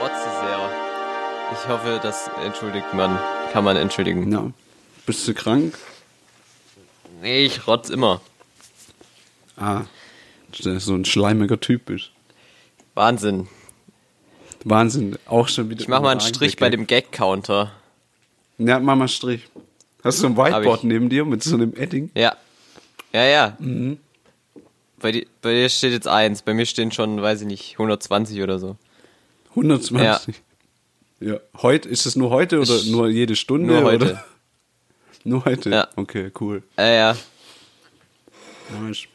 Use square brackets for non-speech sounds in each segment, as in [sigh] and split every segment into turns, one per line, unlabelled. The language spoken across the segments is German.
rotze sehr. Ich hoffe, das entschuldigt man. Kann man entschuldigen.
Ja. Bist du krank?
Nee, ich rotz immer.
Ah, dass du so ein schleimiger Typ bist.
Wahnsinn.
Wahnsinn, auch schon wieder.
Ich mach mal einen Strich bei dem Gag-Counter.
Ja, mach mal einen Strich. Hast du ein Whiteboard
ich.
neben dir mit so einem Edding?
Ja. Ja, ja.
Mhm.
Bei, di- bei dir steht jetzt eins. Bei mir stehen schon, weiß ich nicht, 120 oder so.
120. Ja. Heute ist es nur heute oder
Ist
nur jede Stunde?
Nur heute.
Oder? [laughs] Nur heute.
Ja.
Okay, cool. [clears throat]
Ja, ja.
Ja, Mensch.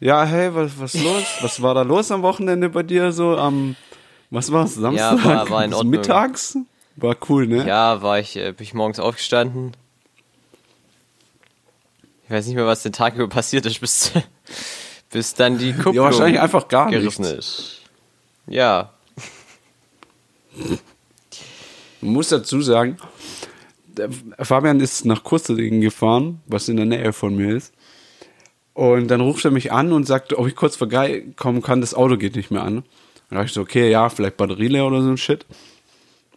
Ja, hey, was was los? Was war da los am Wochenende bei dir so am was war's Samstag?
war- war in
[laughs] bis
Ordnung.
Mittags? War cool, ne?
Ja, war ich, äh, bin ich morgens aufgestanden. Ich weiß nicht mehr, was den Tag über passiert ist, bis, [laughs] bis dann die Kupplung
Ja, wahrscheinlich einfach gar
gerissen
nichts.
ist. Ja,
Man muss dazu sagen, der Fabian ist nach Kurzelingen gefahren, was in der Nähe von mir ist. Und dann ruft er mich an und sagt, ob ich kurz vorbeikommen kann, das Auto geht nicht mehr an. Und da dachte ich so, okay, ja, vielleicht Batterie leer oder so ein Shit.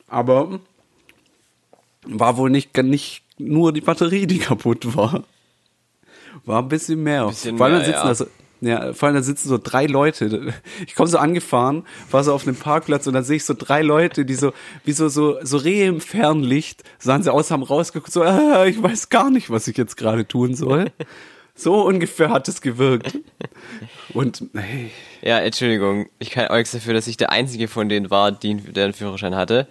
Aber war wohl nicht, nicht nur die Batterie, die [laughs] kaputt war. War ein bisschen mehr.
Bisschen
vor allem
mehr,
sitzen
ja.
da so, ja, vor allem da sitzen so drei Leute. Ich komme so angefahren, war so auf einem Parkplatz und dann sehe ich so drei Leute, die so, wie so, so, so Rehe im Fernlicht, sahen sie aus, haben rausgeguckt, so, äh, ich weiß gar nicht, was ich jetzt gerade
[laughs]
tun soll. So ungefähr hat es gewirkt. Und hey,
ja, Entschuldigung. Ich kann euch dafür, dass ich der Einzige von denen war, die, der einen Führerschein hatte.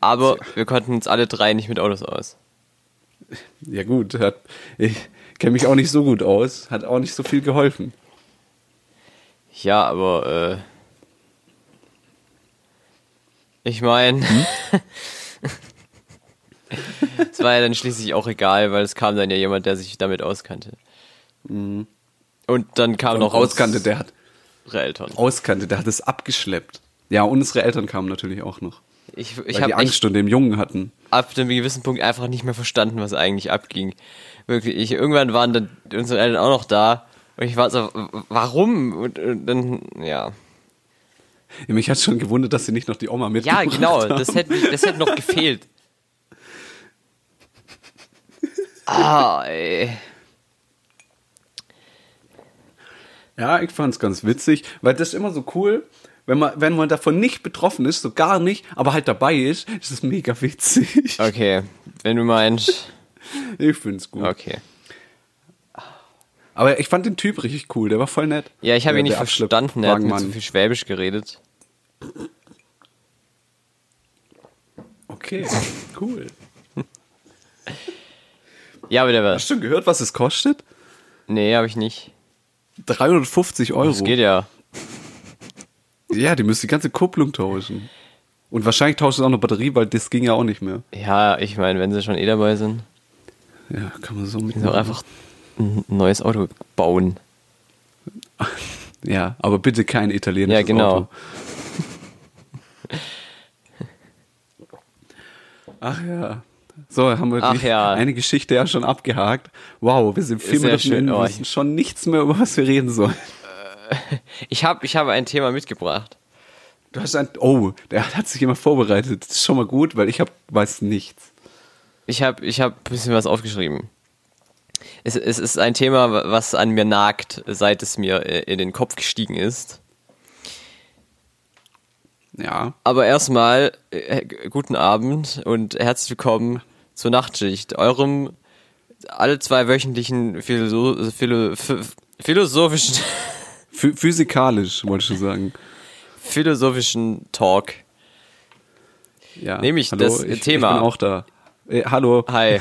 Aber wir konnten uns alle drei nicht mit Autos aus.
ja gut, hat, ich kenne mich auch nicht so gut aus, hat auch nicht so viel geholfen.
Ja, aber äh, ich meine,
Hm?
[laughs] es war ja dann schließlich auch egal, weil es kam dann ja jemand, der sich damit auskannte. Und dann kam noch
Noch Mhm. auskannte,
unsere
der hat,
Eltern.
auskannte, der hat es abgeschleppt. Ja, unsere Eltern kamen natürlich auch noch.
Ich,
Weil
ich habe
die Angst und dem Jungen hatten.
ab einem gewissen Punkt einfach nicht mehr verstanden, was eigentlich abging. Wirklich, ich, irgendwann waren dann unsere Eltern auch noch da und ich war so, w- warum? Und, und dann, ja.
Ja, mich hat schon gewundert, dass sie nicht noch die Oma
Ja, [laughs]
mitgebracht
genau,
haben.
das hätte, das hätte noch gefehlt. [laughs] Ah, ey.
[laughs] Ja, ich fand's ganz witzig, weil das ist immer so cool, wenn man, wenn man davon nicht betroffen ist, so gar nicht, aber halt dabei ist, ist es mega witzig.
Okay, wenn du meinst.
[laughs] Ich find's gut.
Okay.
Aber ich fand den Typ richtig cool, der war voll nett.
Ja, ich habe
Der-
ihn nicht
der Abschlepp-
verstanden, er hat mit
Wagenmann.
zu viel Schwäbisch geredet.
Okay, [laughs] cool.
Ja, aber der war.
Hast du schon gehört, was es kostet?
Nee, habe ich nicht.
350 Euro.
Das geht ja.
Ja, die müssen die ganze Kupplung tauschen. Und wahrscheinlich tauschen sie auch eine Batterie, weil das ging ja auch nicht mehr.
Ja, ich meine, wenn sie schon eh dabei sind,
Ja, kann man so
können sie auch
mitnehmen.
einfach ein neues Auto bauen.
Ja, aber bitte kein italienisches
Ja, genau. [laughs]
Auto. Ach ja. So, haben wir
Ach
die,
ja.
eine Geschichte ja schon abgehakt. Wow, wir sind vier
Sehr
Minuten
schön,
in, wir
oh,
wissen schon nichts mehr, über was wir reden sollen.
Ich habe ich hab ein Thema mitgebracht.
Du hast ein, oh, der hat sich immer vorbereitet. Das ist schon mal gut, weil ich hab, weiß nichts.
Ich habe ich hab ein bisschen was aufgeschrieben. Es, es ist ein Thema, wa- was an mir nagt, seit es mir äh, in den Kopf gestiegen ist.
Ja,
Aber erstmal äh, g- guten Abend und herzlich willkommen zur Nachtschicht, eurem alle zwei wöchentlichen Philo Philo Ph- philosophischen, [laughs]
Phy- physikalisch, wollte ich schon sagen.
philosophischen Talk.
Ja.
Nehme ich
hallo,
das
ich,
Thema.
Ich bin auch da. Äh, hallo.
Hi,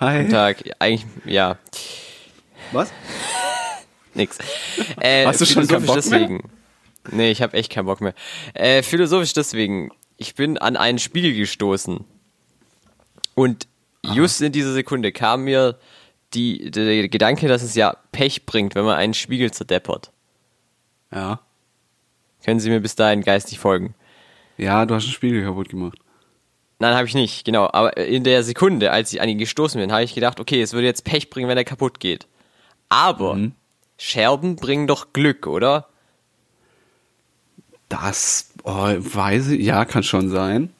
Hi.
guten Tag. Eigentlich, ja,
Was?
nix. Äh,
Hast du schon keinen Bock mehr?
deswegen. Nee, ich habe echt keinen Bock mehr. Äh, philosophisch deswegen. Ich bin an einen Spiegel gestoßen. Und just in dieser Sekunde kam mir die, der Gedanke, dass es ja Pech bringt, wenn man einen Spiegel zerdeppert.
Ja.
Können Sie mir bis dahin geistig folgen?
Ja, du hast ein Spiegel kaputt gemacht.
Nein, habe ich nicht, genau. Aber in der Sekunde, als ich an ihn gestoßen bin, habe ich gedacht, okay, es würde jetzt Pech bringen, wenn er
Mhm.
kaputt geht. Aber Scherben bringen doch Glück, oder?
Das oh, weiß ich, ja, kann schon sein.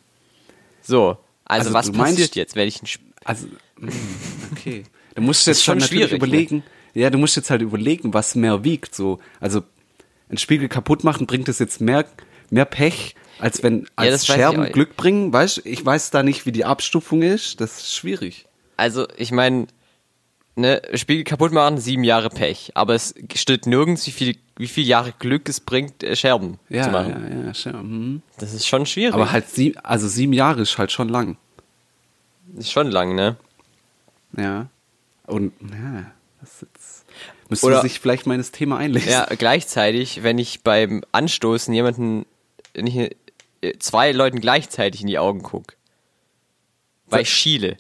So, also,
Also,
was
du meinst-
passiert jetzt, wenn ich ein Sp
Also, mm,
[laughs]
okay. Du musst jetzt
Ist schon
schon natürlich
schwierig, ne?
überlegen, ja, du musst jetzt halt überlegen, was mehr wiegt, so. Also, ein Spiegel kaputt machen bringt es jetzt mehr, mehr Pech, als wenn, als
das weiß ich
Scherben
auch.
Glück bringen, weißt du? Ich weiß da nicht, wie die Abstufung ist, das ist schwierig.
Also, ich meine, ne, Spiegel kaputt machen, sieben Jahre Pech. Aber es steht nirgends, wie viel, wie viel Jahre Glück es bringt, äh, Scherben zu
Ja,
machen.
ja, ja, schon. mhm.
Das ist schon schwierig.
Aber halt sieben, also sieben Jahre ist halt schon lang.
ist schon lang, ne?
Ja. Und, ja, das ist jetzt, müsste
Oder-
man sich vielleicht mal in das Thema einlesen.
Ja, gleichzeitig, wenn ich beim Anstoßen jemanden, nicht, äh, zwei Leuten gleichzeitig in die Augen gucke, weil ich schiele,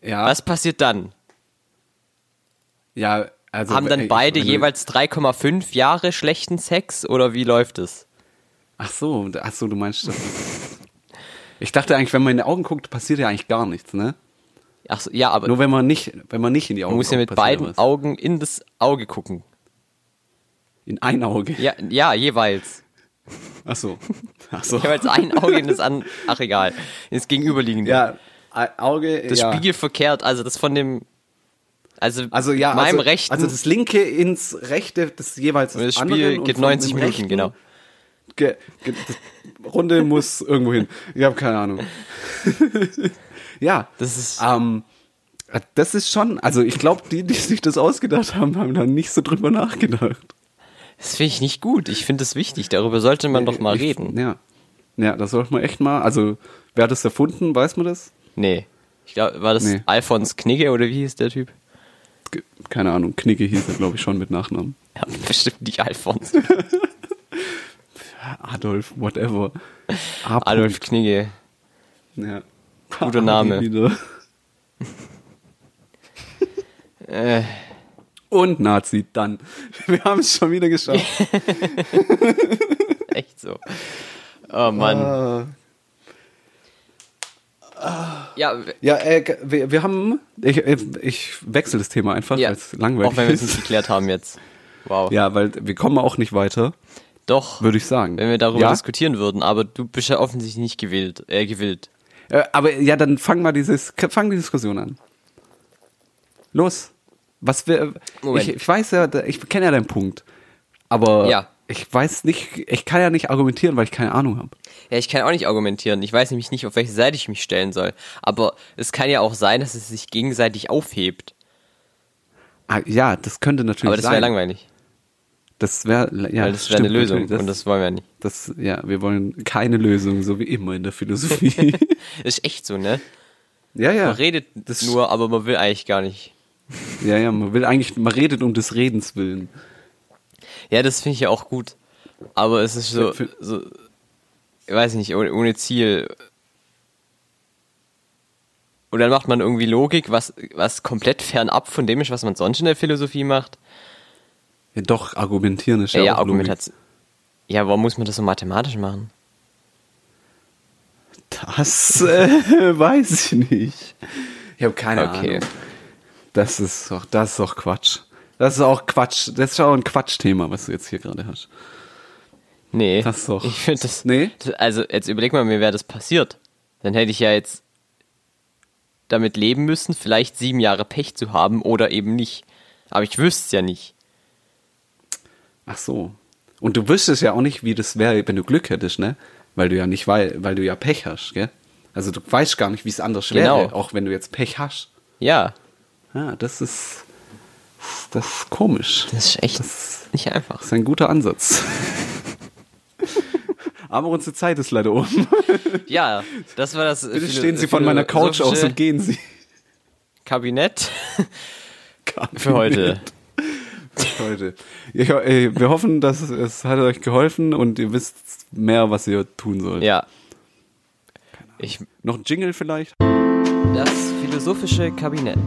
ja,
was passiert dann?
Ja, also.
Haben dann
ey,
beide
wenn du-
jeweils 3,5 Jahre schlechten Sex oder wie läuft es?
Ach so, ach so, du meinst das. Ich dachte eigentlich, wenn man in die Augen guckt, passiert ja eigentlich gar nichts, ne?
Ach so, ja, aber
Nur wenn man nicht, wenn man nicht in die Augen
man muss ja
guckt,
mit
passiert
beiden
was.
Augen in das Auge gucken.
In ein Auge.
Ja, ja jeweils.
Ach so. Ach so.
Jeweils
[laughs]
ein Auge in das an. Ach egal, ins Gegenüberliegende.
Ja, ein Auge.
das
ja.
Spiegel verkehrt, also das von dem. Also,
Also ja,
meinem
also,
rechten.
Also das linke ins rechte, das jeweils
das Spiel
anderen und
geht
von
90
dem
Minuten,
rechten-
genau.
Ge, ge, das Runde muss [laughs] irgendwo hin. Ich habe keine Ahnung. [laughs] ja.
Das ist-
Ähm, das ist schon. Also ich glaube, die, die sich das ausgedacht haben, haben da nicht so drüber nachgedacht.
Das finde ich nicht gut. Ich finde es wichtig. Darüber sollte man doch mal
ich,
reden.
Ja. Ja, das sollte man echt mal. Also wer hat das erfunden? Weiß man das?
Nee. Ich glaube, war das
Nee.
Alfons Knigge oder wie hieß der Typ? [laughs]
Ge- Keine Ahnung. Knicke hieß er, glaube ich, schon mit Nachnamen.
Ja, bestimmt nicht
[laughs]
Alfons.
Adolf, whatever. A.
Adolf Knigge.
Ja.
Guter Name. [laughs]
Wieder.
Äh.
Und Nazi, dann. Wir haben es schon
[laughs]
wieder geschafft.
Echt so. Oh Mann. Ja,
Ja, äh, g- wir, wir haben. Ich, äh, ich wechsle das Thema einfach,
ja.
weil es langweilig
auch wenn wir es nicht
ist.
geklärt haben jetzt. Wow.
[laughs] Ja, weil wir kommen auch nicht weiter,
Doch,
würde ich sagen.
wenn wir darüber
ja?
diskutieren würden. Aber du bist ja offensichtlich nicht gewillt. Äh, gewillt.
Äh, aber ja, dann fang mal dieses, fang die Diskussion an. Los. Was wir,
Moment.
ich, ich weiß ja, da- ich kenne ja deinen Punkt. Aber
Ja.
ich weiß nicht, ich kann ja nicht argumentieren, weil ich keine Ahnung habe.
Ja, ich kann auch nicht argumentieren. Ich weiß nämlich nicht, auf welche Seite ich mich stellen soll. Aber es kann ja auch sein, dass es sich gegenseitig aufhebt.
Ah, ja, das könnte natürlich
Aber das
sein.
wäre langweilig.
Das wäre, ja,
Weil das wäre eine
stimmt
Lösung
natürlich. Das,
und das wollen wir nicht.
das, ja, wir wollen keine Lösung, so wie immer in der Philosophie.
[laughs] Ist echt so, ne?
ja, ja.
Man redet
das,
nur, aber man will eigentlich gar nicht.
Ja, ja, man will eigentlich, man redet um des Redens willen.
Ja, das finde ich ja auch gut. Aber es ist so,
Für-
so ich weiß nicht, ohne, ohne Ziel. Und dann macht man irgendwie Logik, was, was komplett fernab von dem ist, was man sonst in der Philosophie macht.
Ja, doch, argumentieren ist ja,
Ja, ja
auch Logik.
Argumentation. Ja, warum muss man das so mathematisch machen?
Das äh, [laughs] weiß ich nicht. Ich habe keine
Okay.
Ahnung. Das ist doch, das ist doch Quatsch. Das ist auch Quatsch. Das ist auch ein Quatschthema, was du jetzt hier gerade hast.
Nee.
Das doch.
Ich finde das.
Nee?
Das, also, jetzt überleg mal, mir wäre das passiert. Dann hätte ich ja jetzt damit leben müssen, vielleicht sieben Jahre Pech zu haben oder eben nicht. Aber ich wüsste es ja nicht.
Ach so. Und du wüsstest ja auch nicht, wie das wäre, wenn du Glück hättest, ne? Weil du ja nicht weil, weil du ja Pech hast, gell? Also du weißt gar nicht, wie es anders
Genau.
wäre, auch wenn du jetzt Pech hast.
Ja,
Ja, das ist das ist komisch.
das ist echt
Das-
nicht einfach.
Das ist ein guter Ansatz. [laughs] Aber unsere Zeit ist leider um.
Ja, das war das.
Bitte stehen Sie von meiner Couch aus und gehen Sie.
Kabinett
Gar nicht
für
[laughs]
heute.
mit heute. Ich, ho- äh, wir hoffen, dass es- es hat euch geholfen und ihr wisst mehr, was ihr tun sollt.
Ja. Ich,
Noch ein Jingle vielleicht?
das philosophische Kabinett.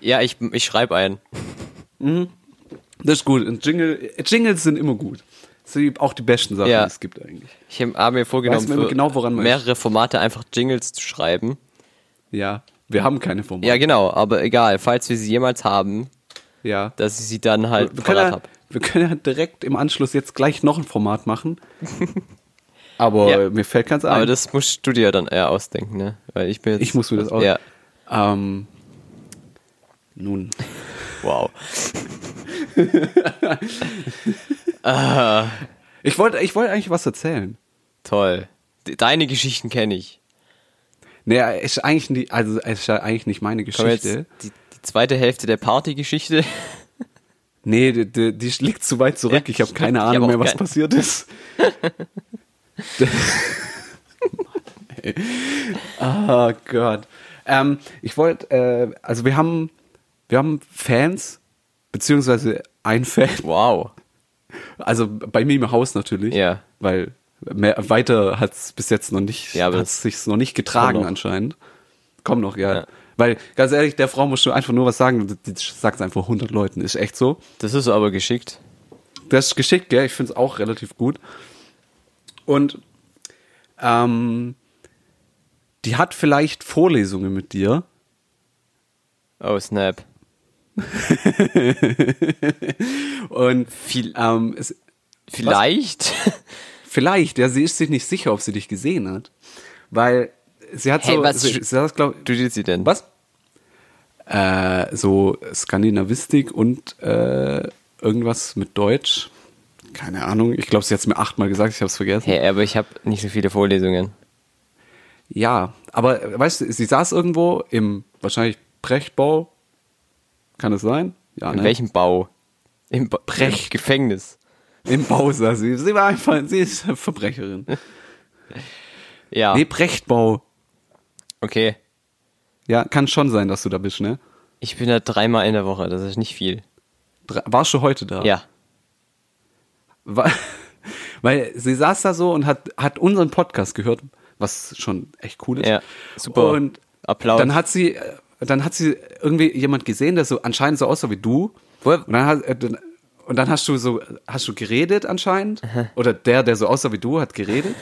Ja, ich, ich schreibe einen.
Das ist gut. Ein Jingle, äh, Jingles sind immer gut. Das sind die- auch die besten Sachen,
Ja.
die es gibt eigentlich.
Ich habe mir vorgenommen,
Weiß man immer
für
genau, woran man
mehrere Formate einfach Jingles zu schreiben.
Ja. Wir haben keine Formate.
Ja, genau, aber egal. Falls wir sie jemals haben,
Ja.
dass ich sie dann halt
wir, können
parat
ja,
habe.
wir können ja direkt im Anschluss jetzt gleich noch ein
[laughs]
Format machen. Aber
Ja.
mir fällt ganz
Aber
ein.
das musst du dir dann eher ausdenken, ne? Weil ich bin jetzt,
Ich muss mir das aus.
Ja,
Ähm, nun.
wow.
Ich wollte ich wollte eigentlich was erzählen.
Toll. De- Deine Geschichten kenne ich.
Naja, ist eigentlich nicht, also es ist ja eigentlich nicht meine
Kommen wir jetzt
Geschichte.
die, die zweite Hälfte der Partygeschichte. [laughs]
Nee, die, die, die liegt zu weit zurück.
Ja,
ich habe
stimmt.
keine
Ich
Ahnung
hab
mehr,
auch
was
kein- [laughs]
passiert ist. Ah Gott. Ähm, ich wollte, äh, also wir haben, wir haben Fans, beziehungsweise ein Fan,
Wow.
also bei mir im Haus natürlich.
Ja.
Weil mehr, weiter hat es bis jetzt noch nicht,
Ja,
ja,
aber
hat
das-
sich noch nicht getragen
Kommt noch.
anscheinend. Komm noch, ja.
Ja.
Weil, ganz ehrlich, der Frau musst du einfach nur was sagen, die sagt einfach 100 Leuten, ist echt so.
Das ist aber geschickt.
Das ist geschickt, gell? Ich finde es auch relativ gut. Und ähm, die hat vielleicht Vorlesungen mit dir.
Oh, snap.
Und
Viel,
ähm, es, [laughs]
vielleicht?
vielleicht, ja, sie ist sich nicht sicher, ob sie dich gesehen hat. Weil sie hat
Hey,
so.
was
sie,
sch-
sie hat, glaub,
Du siehst sie denn?
was? Äh, so Skandinavistik und äh, irgendwas mit Deutsch. Keine Ahnung. Ich glaube, sie hat es mir achtmal gesagt, ich habe es vergessen.
Hey, aber ich habe nicht so viele Vorlesungen.
Ja, aber äh, weißt du, sie saß irgendwo im wahrscheinlich Brechtbau. Kann es sein? Ja, ne?
In welchem Bau? Im ba
Brecht.
Im Gefängnis.
Im Bau saß sie. Sie war einfach, sie ist eine Verbrecherin.
Ja,
Nee, Brechtbau.
okay.
Ja, kann schon sein, dass du da bist, ne?
Ich bin da dreimal in der Woche, das ist nicht viel.
Dra- Warst du heute da?
Ja.
Wa- [laughs] Weil sie saß da so und hat, hat unseren Podcast gehört, was schon echt cool ist.
Ja, super.
Und
Applaus.
Dann hat sie, äh, dann hat sie irgendwie jemand gesehen, der so anscheinend so aussah wie du.
Woher-
Und dann, hat, äh, dann- und dann hast du so, hast du geredet anscheinend. Oder der, der so aussah wie du, hat
[laughs]
geredet.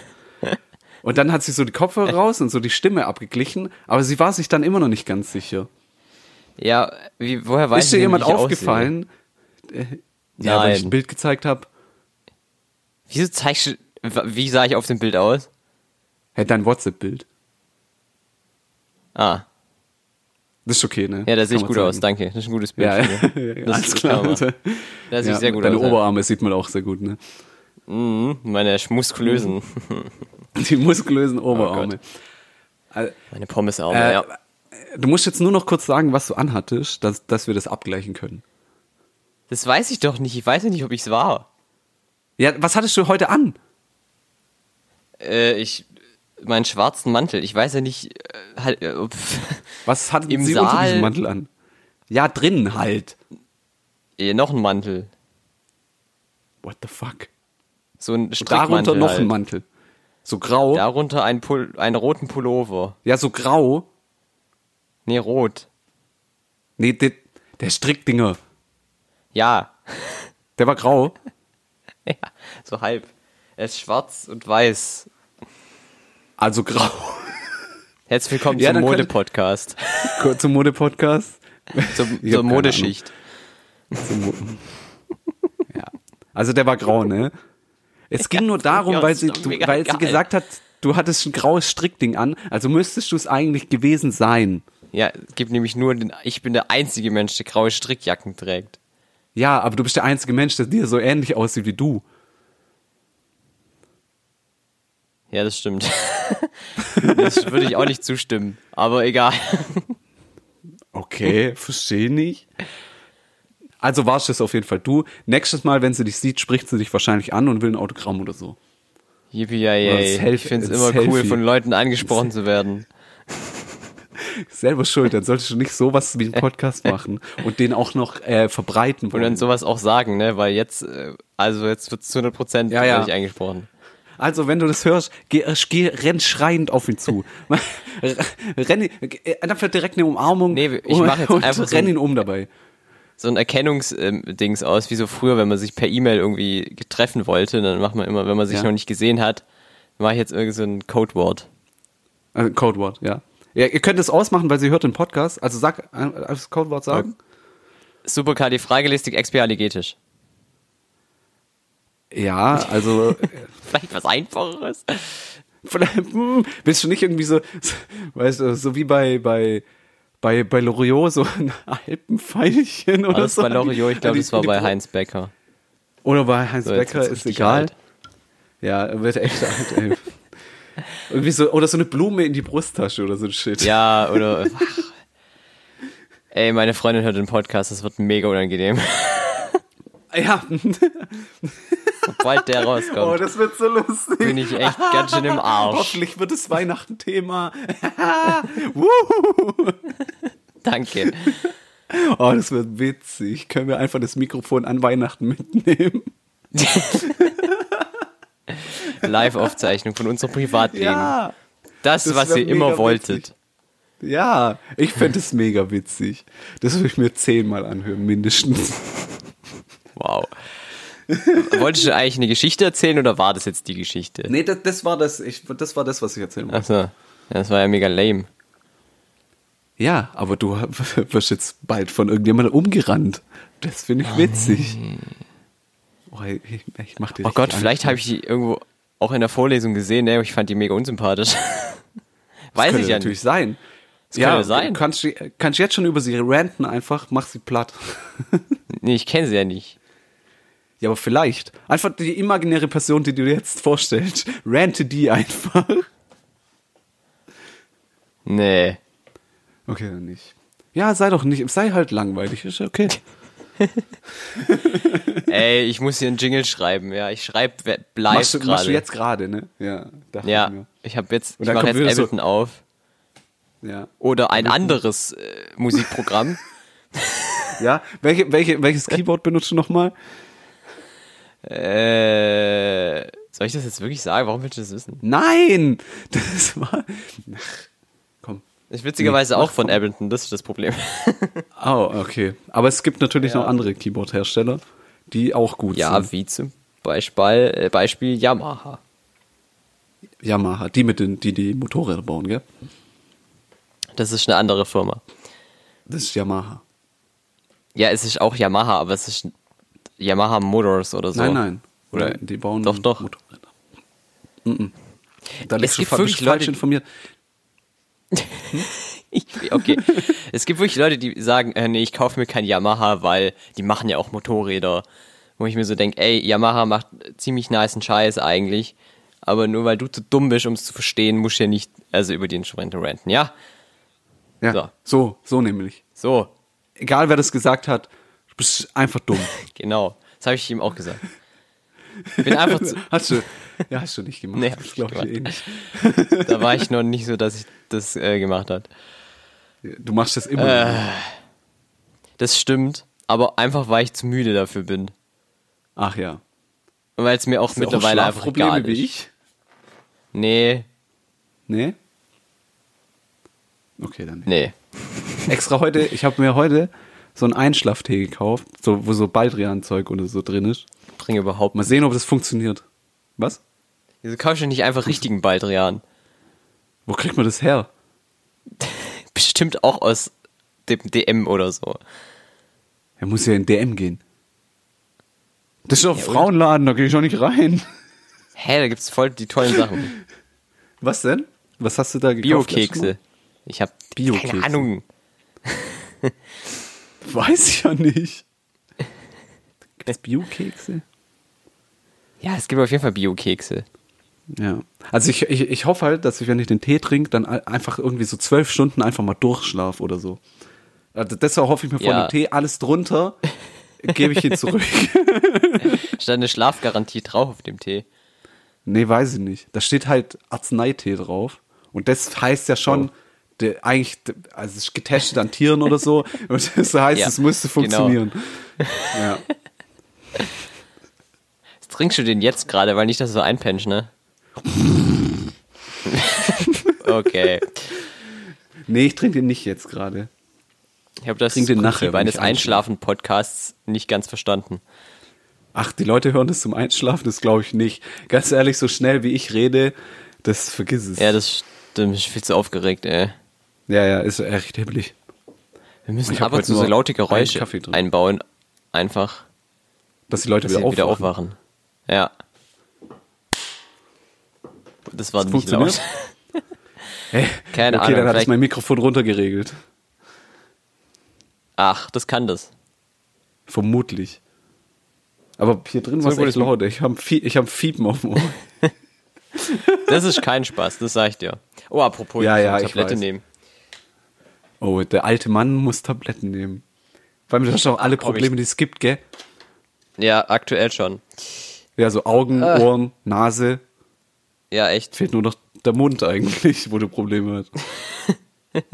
Und dann hat sie so die Kopfhörer raus und so die Stimme abgeglichen, aber sie war sich dann immer noch nicht ganz sicher.
Ja, wie, woher weiß
Ist dir
ich denn,
jemand
wie ich aussehe?
aufgefallen? Äh, Ja, weil ich
Nein.
ein Bild gezeigt habe.
Wieso zeigst du, wie sah ich auf dem Bild aus?
Hey, dein WhatsApp-Bild.
Ah,
Das ist okay, ne?
ja, da sehe
Kann
ich
man
gut
sagen.
aus, danke. Das ist ein gutes Bild.
[laughs] Ja,
von mir. Das
alles
das
klar.
kann man
Das
machen. Da sieht sehr gut
Deine
aus. ja.
Oberarme sieht man auch sehr gut, ne? [laughs]
Mhm, meine muskulösen,
Die muskulösen Oberarme.
meine Pommesarme,
äh,
Oh ja.
Du musst jetzt nur noch kurz sagen, was du anhattest, dass, dass wir das abgleichen können.
Das weiß ich doch nicht. Ich weiß ja nicht, ob ich es war.
Ja, was hattest du heute an?
Äh, ich, meinen schwarzen Mantel. Ich weiß ja nicht, äh, halt, äh, ob- [laughs]
Was hatten
Im
sie unter
Saal-
diesem Mantel an? Ja, drinnen halt.
eh, noch ein Mantel.
What the fuck?
So ein Strickmantel
Darunter noch
halt.
ein Mantel. So grau.
Darunter ein Pul einen roten Pullover.
ja, so grau.
Nee, rot.
Nee, der, der Strickdinger.
Ja. [laughs]
Der war grau.
ja, so halb. Er ist schwarz und weiß.
Also grau. [laughs]
Herzlich willkommen
Ja,
zum
dann könnte-
Mode-Podcast.
Kurz zum Mode-Podcast.
Zum,
keine
zur
Ahnung.
Modeschicht.
Zum Mucken. ja. Also der war grau, ne? Es ging nur
[laughs]
darum,
ja,
weil,
ist
sie,
doch
du,
mega
weil
geil.
sie gesagt hat, du hattest ein graues Strickding an, also müsstest du es eigentlich gewesen sein.
Ja, es gibt nämlich nur den, ich bin der einzige Mensch, der graue Strickjacken trägt.
Ja, aber du bist der einzige Mensch, der dir so ähnlich aussieht wie du.
Ja, das stimmt. [laughs] das würde ich auch nicht zustimmen, aber egal. [laughs]
Okay, verstehe nicht. Also warst es auf jeden Fall du. Nächstes Mal, wenn sie dich sieht, spricht sie dich wahrscheinlich an und will ein Autogramm oder so. Oder das
Yippie,
Selfie-
ich finde es
das
immer cool,
Selfie.
von Leuten angesprochen zu werden.
Selber schuld, dann solltest du nicht sowas wie
[laughs]
einen Podcast machen und den auch noch äh, verbreiten
Und
wollen.
dann sowas auch sagen, ne, weil jetzt, äh, also jetzt wird zu 100 Prozent
Ja, ja.
angesprochen.
Also, wenn du das hörst, geh, äh, geh renn schreiend auf ihn
[laughs]
zu. renn, ihn- äh, einfach direkt eine Umarmung.
Nee, ich mach jetzt
und
einfach so
renn
ein-
ihn um dabei.
So ein Erkennungsdings aus, wie so früher, wenn man sich per E-Mail irgendwie treffen wollte, dann macht man immer, wenn man sich
Ja.
noch nicht gesehen hat, mache ich jetzt irgend so ein Codewort.
Also, äh, Codewort, ja. ja. Ihr könnt es ausmachen, weil sie hört den Podcast. Also sag, äh, als Codewort sagen.
Superkalifragilistik
[laughs]
expialigetisch.
Ja,
[laughs]
also
Vielleicht was Einfacheres.
vielleicht, [laughs] hm, willst du nicht irgendwie so, [laughs] so, weißt du, so wie bei, bei, bei, bei Loriot, so ein [laughs] Alpenpfeilchen oder
Aber das
so.
war Loriot, ich glaube,
Die-
das war
die-
bei Heinz Becker.
Oder bei Heinz
So, jetzt
Becker,
wird's
ist
richtig
egal.
alt.
Ja, er wird echt [laughs] alt, ey. Irgendwie so, oder so eine Blume in die Brusttasche oder so ein Shit.
Ja,
[laughs]
oder. Ach. Ey, meine Freundin hört den Podcast, das wird mega unangenehm.
ja. [laughs]
Sobald der
Oh,
rauskommt,
das wird so lustig.
bin ich echt ganz schön im Arsch.
Hoffentlich wird es Weihnachten Thema. [laughs] Wuhu.
Danke.
oh, das wird witzig. Können wir einfach das Mikrofon an Weihnachten mitnehmen?
Live-Aufzeichnung von unserem Privatleben. das,
das
was
wär
ihr immer
mega
wolltet.
witzig. Ja, ich fände es mega witzig. Das würde ich mir zehnmal anhören, mindestens.
Wow. Wolltest du eigentlich eine Geschichte erzählen oder war das jetzt die Geschichte?
Nee, das, das, war das, ich, das war das, was ich erzählen wollte.
Achso. Ja, das war ja mega lame.
Ja, aber du [laughs] wirst jetzt bald von irgendjemandem umgerannt. Das finde ich witzig. Oh, ich, ich mach dir
Ah. Oh
richtig
Gott,
Angst.
vielleicht habe ich die irgendwo auch in der Vorlesung gesehen, ne? aber Ich fand die mega
[laughs]
unsympathisch. Weiß
könnte
ich ja
natürlich
nicht.
sein. Das
könnte sein.
Du kannst, sie- kannst jetzt schon über sie ranten einfach, mach sie platt. [laughs]
Nee, ich kenne sie ja nicht.
ja, aber vielleicht. Einfach die imaginäre Person, die du dir jetzt vorstellst, rante die einfach. [laughs]
Nee.
Okay, dann nicht. Ja, sei doch nicht, sei halt langweilig, ist ja okay.
Ey, ich muss hier einen Jingle schreiben, ja. Ich schreibe live
machst, du, machst
gerade.
du jetzt gerade, ne? Ja, dachte ich
ja,
mir.
ich habe jetzt,
Und
ich
dann
mache
kommt
jetzt
wieder so-
Ableton auf.
Ja.
Oder ein anderes äh, Musikprogramm.
ja. Welche, welche, welches Keyboard benutzt du nochmal?
äh, soll ich das jetzt wirklich sagen? Warum willst du das wissen?
Nein! Das war. Ach, komm.
Ist witzigerweise
Nee,
auch von Ableton, das ist das
[laughs]
Problem.
Oh, okay. Aber es gibt natürlich noch andere Keyboard-Hersteller, die auch gut
ja,
sind.
wie zum Beispiel, äh, Beispiel Yamaha.
Yamaha, die mit den, die die Motorräder bauen, gell?
Das ist eine andere Firma.
Das ist Yamaha.
Ja, es ist auch Yamaha, aber es ist Yamaha Motors oder so.
Nein, nein.
Oder-
Nein, die bauen
Doch, doch.
Motorräder. Mm -mm. Da liegst du
gibt
fa-
wirklich
bist falsch
Leute,
informiert.
Ich- [laughs] Okay. es gibt wirklich Leute, die sagen, äh, nee, ich kaufe mir kein Yamaha, weil die machen ja auch Motorräder. Wo ich mir so denke, ey, Yamaha macht ziemlich niceen Scheiß eigentlich. Aber nur weil du zu dumm bist, um es zu verstehen, musst du ja nicht, also über die Instrumente ranten, ja?
Ja,
So.
so. so, nämlich.
So,
Egal, wer das gesagt hat, du bist einfach dumm.
genau. Das habe ich ihm auch gesagt. [laughs] Ich bin einfach zu,
[laughs] hast du, ja, hast du nicht gemacht.
Nee, hab
das
ich
glaube ich eh nicht.
da war ich noch nicht so, dass ich das äh, gemacht hat.
Du machst das immer.
Äh. Das stimmt, aber einfach, weil ich zu müde dafür bin.
Ach ja.
Und weil es mir auch
Hast du auch
mittlerweile einfach
Schlafprobleme
egal ist.
wie ich.
Nee,
Nee? Okay, dann nicht.
nee.
Extra heute, ich habe mir heute so einen Einschlaftee gekauft, so, wo so Baldrian-Zeug oder so drin ist.
Bringe überhaupt
Mal sehen, ob das funktioniert. Was?
Wieso kaufst du nicht einfach richtigen Baldrian?
Wo kriegt man das her?
Bestimmt auch aus dem DM oder so.
Er muss ja in DM gehen. Das ist doch ein Frauenladen, da gehe ich doch nicht rein.
Hä, da gibt's voll die tollen
[laughs]
Sachen.
Was denn? Was hast du da gekauft?
Bio-Kekse. Ich hab
Bio-Kekse.
keine Ahnung.
letztes Mal? Weiß ich ja nicht. Gibt es Bio-Kekse?
Ja, es gibt auf jeden Fall Bio-Kekse.
Ja. Also ich, ich, ich hoffe halt, dass ich, wenn ich den Tee trinke, dann ein- einfach irgendwie so zwölf Stunden einfach mal durchschlaf oder so. Also deshalb hoffe ich mir von
Ja.
dem Tee alles drunter, gebe ich
[laughs]
ihn zurück.
Stand eine Schlafgarantie drauf auf dem Tee.
nee, weiß ich nicht. Da steht halt Arzneitee drauf. Und das heißt ja schon,
Oh.
der, eigentlich, der, also es ist getestet an Tieren oder so.
[laughs]
Und das heißt,
Ja,
es müsste
genau.
funktionieren. Ja.
Jetzt trinkst du den jetzt gerade, weil nicht, dass du einpennst, ne? [laughs] okay.
Nee, ich trinke den nicht jetzt gerade.
Ich habe das
Trink den nachher,
Prinzip
wenn
eines
ich einschlafe.
Einschlafen-Podcasts nicht ganz verstanden.
Ach, die Leute hören das zum Einschlafen, das glaube ich nicht. Ganz ehrlich, so schnell wie ich rede, das vergiss es.
Ja, das stimmt. Ich bin viel zu aufgeregt, ey.
Ja, ja, ist echt hebelig.
Wir müssen
Ich hab
ab und
heute
zu
nur
so laute
einen
Geräusche
Kaffee drin.
einbauen, einfach,
Dass die Leute
dass sie
wieder,
wieder
aufwachen.
aufwachen. Ja. Das war nicht
funktioniert?
laut. Keine
[laughs] okay, dann
Ahnung.
hat es
Vielleicht,
mein Mikrofon runtergeregelt.
[laughs] ach, das kann das.
Vermutlich. Aber hier drin war es
So gut
echt
ist-
laut. ey. Ich habe ich hab Fiepen auf dem Ohr.
Das ist kein Spaß, das sag ich dir. Oh, apropos,
Ja,
muss
ja,
eine
ich
Tablette
weiß.
nehmen.
[laughs] Oh, der alte Mann muss Tabletten nehmen. Weil mir das schon alle Probleme, die es gibt, gell?
Ja, aktuell schon.
Ja, so Augen,
Ah.
Ohren, Nase.
Ja, echt.
Fehlt nur noch der Mund eigentlich, wo du Probleme hast.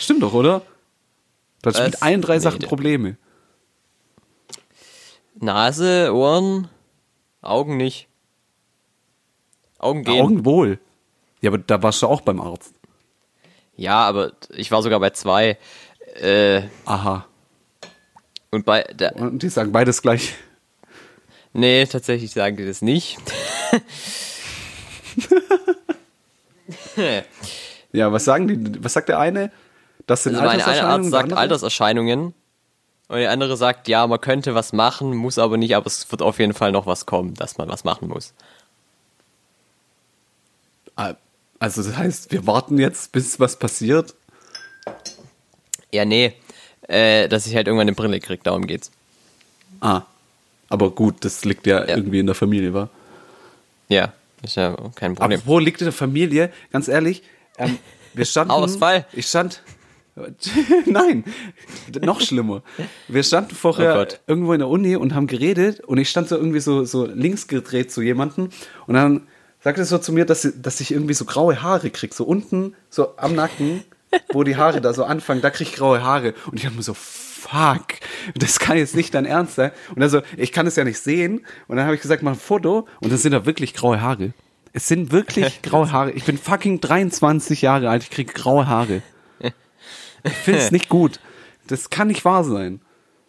Stimmt doch, oder? Du hast
Was?
mit allen drei
Nee,
Sachen
der-
Probleme.
Nase, Ohren, Augen nicht. Augen gehen.
Augen wohl. Ja, aber da warst du auch beim Arzt.
Ja, aber ich war sogar bei zwei. Äh,
Aha.
und bei der,
Und die sagen beides gleich.
Nee, tatsächlich sagen die das
[laughs]
nicht. Also
Ja, was sagen die? Was sagt der eine? Das sind
Also mein eine
Alterserscheinungen.
Arzt
der
sagt
andere?
Alterserscheinungen und der andere sagt, ja, man könnte was machen, muss aber nicht, aber es wird auf jeden Fall noch was kommen, dass man was machen muss.
Ah, Also das heißt, wir warten jetzt, bis was passiert.
Ja, nee, äh, dass ich halt irgendwann eine Brille krieg, darum geht's.
Ah. Aber gut, das liegt ja,
Ja.
irgendwie in der Familie, war.
Ja, ist ja kein
Aber
Problem.
wo liegt in der Familie? Ganz ehrlich, ähm, wir standen.
Ausfall.
Ich stand. [laughs] Nein, noch schlimmer. Wir standen
Oh
vorher
Gott.
irgendwo in der Uni und haben geredet und ich stand so irgendwie so, so links gedreht zu jemandem und dann sagte er so zu mir, dass, sie- dass ich irgendwie so graue Haare krieg, so unten, so am Nacken, wo die Haare da so anfangen, da krieg ich graue Haare und ich dachte mir so, fuck, das kann jetzt nicht dein Ernst sein und also ich kann es ja nicht sehen und dann habe ich gesagt, mach ein Foto und dann sind da wirklich graue Haare. Es sind wirklich graue Haare. Ich bin fucking 23 Jahre alt, ich krieg graue Haare finde es nicht gut. Das kann nicht wahr sein.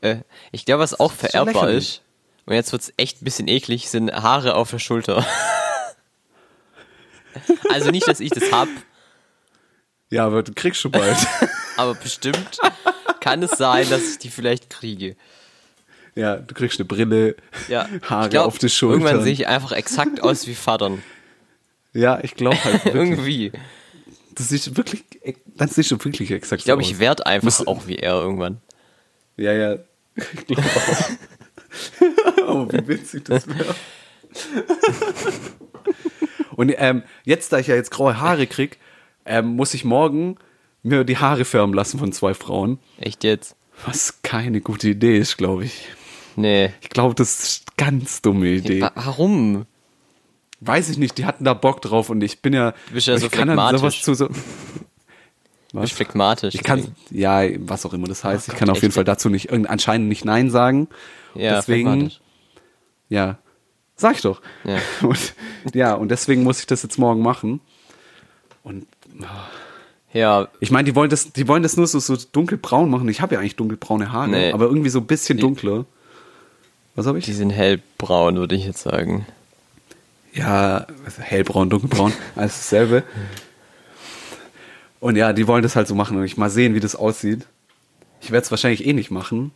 Äh, ich glaube, was auch
ist schon
vererbbar
lächerlich.
ist, und jetzt wird's echt ein bisschen eklig, sind Haare auf der Schulter. [laughs] also nicht, dass ich das hab,
Ja, aber du kriegst
[laughs]
schon bald.
aber bestimmt kann es sein, dass ich die vielleicht kriege.
ja, du kriegst eine Brille,
Ja,
Haare
ich glaub,
auf die Schultern.
Irgendwann sehe ich einfach exakt aus wie Vatern.
ja, ich glaube [laughs] halt wirklich.
Irgendwie.
das ist wirklich, dann siehst du wirklich exakt
Ich glaube,
so
ich
aus.
werd einfach
Muss-
auch wie er irgendwann.
Ja, ja. Ich glaube
[laughs]
auch. oh, wie witzig das wäre. Und ähm, jetzt, da ich ja jetzt graue Haare krieg, ähm, muss ich morgen mir die Haare färben lassen von zwei Frauen.
Echt jetzt?
Was keine gute Idee ist, glaube ich.
Nee.
Ich glaube, das ist eine ganz dumme Idee.
Wa- Warum?
Weiß ich nicht, die hatten da Bock drauf und ich bin ja.
bist ja
ich
so
kann dann sowas
phlegmatisch.
zu so.
Du bist phlegmatisch.
Ich kann,
deswegen.
ja, was auch immer das heißt, ich kann auf
echt,
jeden Fall
ey.
dazu nicht, irgend- anscheinend nicht Nein sagen.
Ja,
deswegen,
phlegmatisch.
ja, sag ich doch.
Ja.
[laughs] Und, ja, und deswegen muss ich das jetzt morgen machen. Und
Ja,
ich meine, die wollen das, die wollen das nur so, so dunkelbraun machen. Ich habe ja eigentlich dunkelbraune Haare,
Nee.
aber irgendwie so ein bisschen dunkler. Was habe ich?
die sind hellbraun, würde ich jetzt sagen.
ja, hellbraun,
[laughs]
dunkelbraun, alles dasselbe. Und ja, die wollen das halt so machen und ich mal sehen, wie das aussieht. Ich werde es wahrscheinlich eh nicht machen.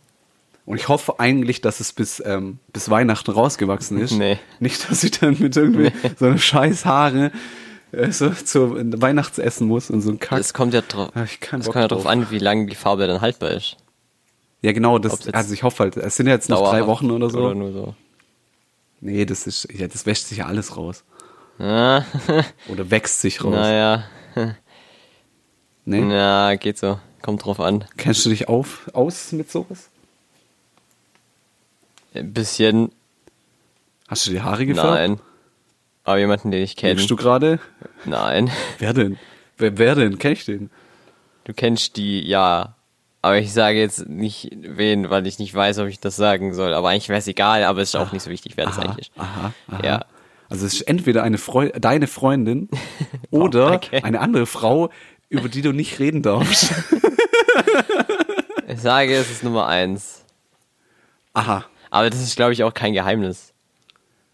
Und ich hoffe eigentlich, dass es bis, ähm, bis Weihnachten rausgewachsen ist.
[laughs] Nee.
Nicht, dass ich dann mit irgendwie so einer scheiß Haare äh, so zum Weihnachtsessen muss und so ein Kack.
Es kommt ja, dra
Hab ich keinen
es
Bock
kommt ja drauf
drauf.
an, wie lange die Farbe dann haltbar ist.
Ja, genau,
Ob's
das,
jetzt
also ich hoffe halt, es sind ja jetzt noch
Dauerhaft
drei Wochen oder so.
Oder nur so.
Nee, das ist, ja, das wäscht sich ja alles raus.
Ah,
Oder wächst sich
[laughs]
raus.
naja.
Nee?
Na, geht so. Kommt drauf an.
Kennst du dich auf, aus mit sowas?
Ein bisschen.
Hast du die Haare gefärbt?
Nein. Aber jemanden, den ich kenne.
Lebst du gerade?
Nein.
Wer denn? Wer, wer denn? Kenn ich den?
Du kennst die, ja. Aber ich sage jetzt nicht wen, weil ich nicht weiß, ob ich das sagen soll. Aber eigentlich wäre es egal, aber es ist auch nicht so wichtig, wer das
Ah. Aha,
eigentlich ist.
aha, aha.
Ja.
Also es ist entweder eine Freu
[laughs]
deine Freundin oder
okay.
eine andere Frau, über die du nicht
[laughs]
reden darfst.
Ich sage, es ist Nummer eins.
Aha.
Aber das ist, glaube ich, auch kein Geheimnis.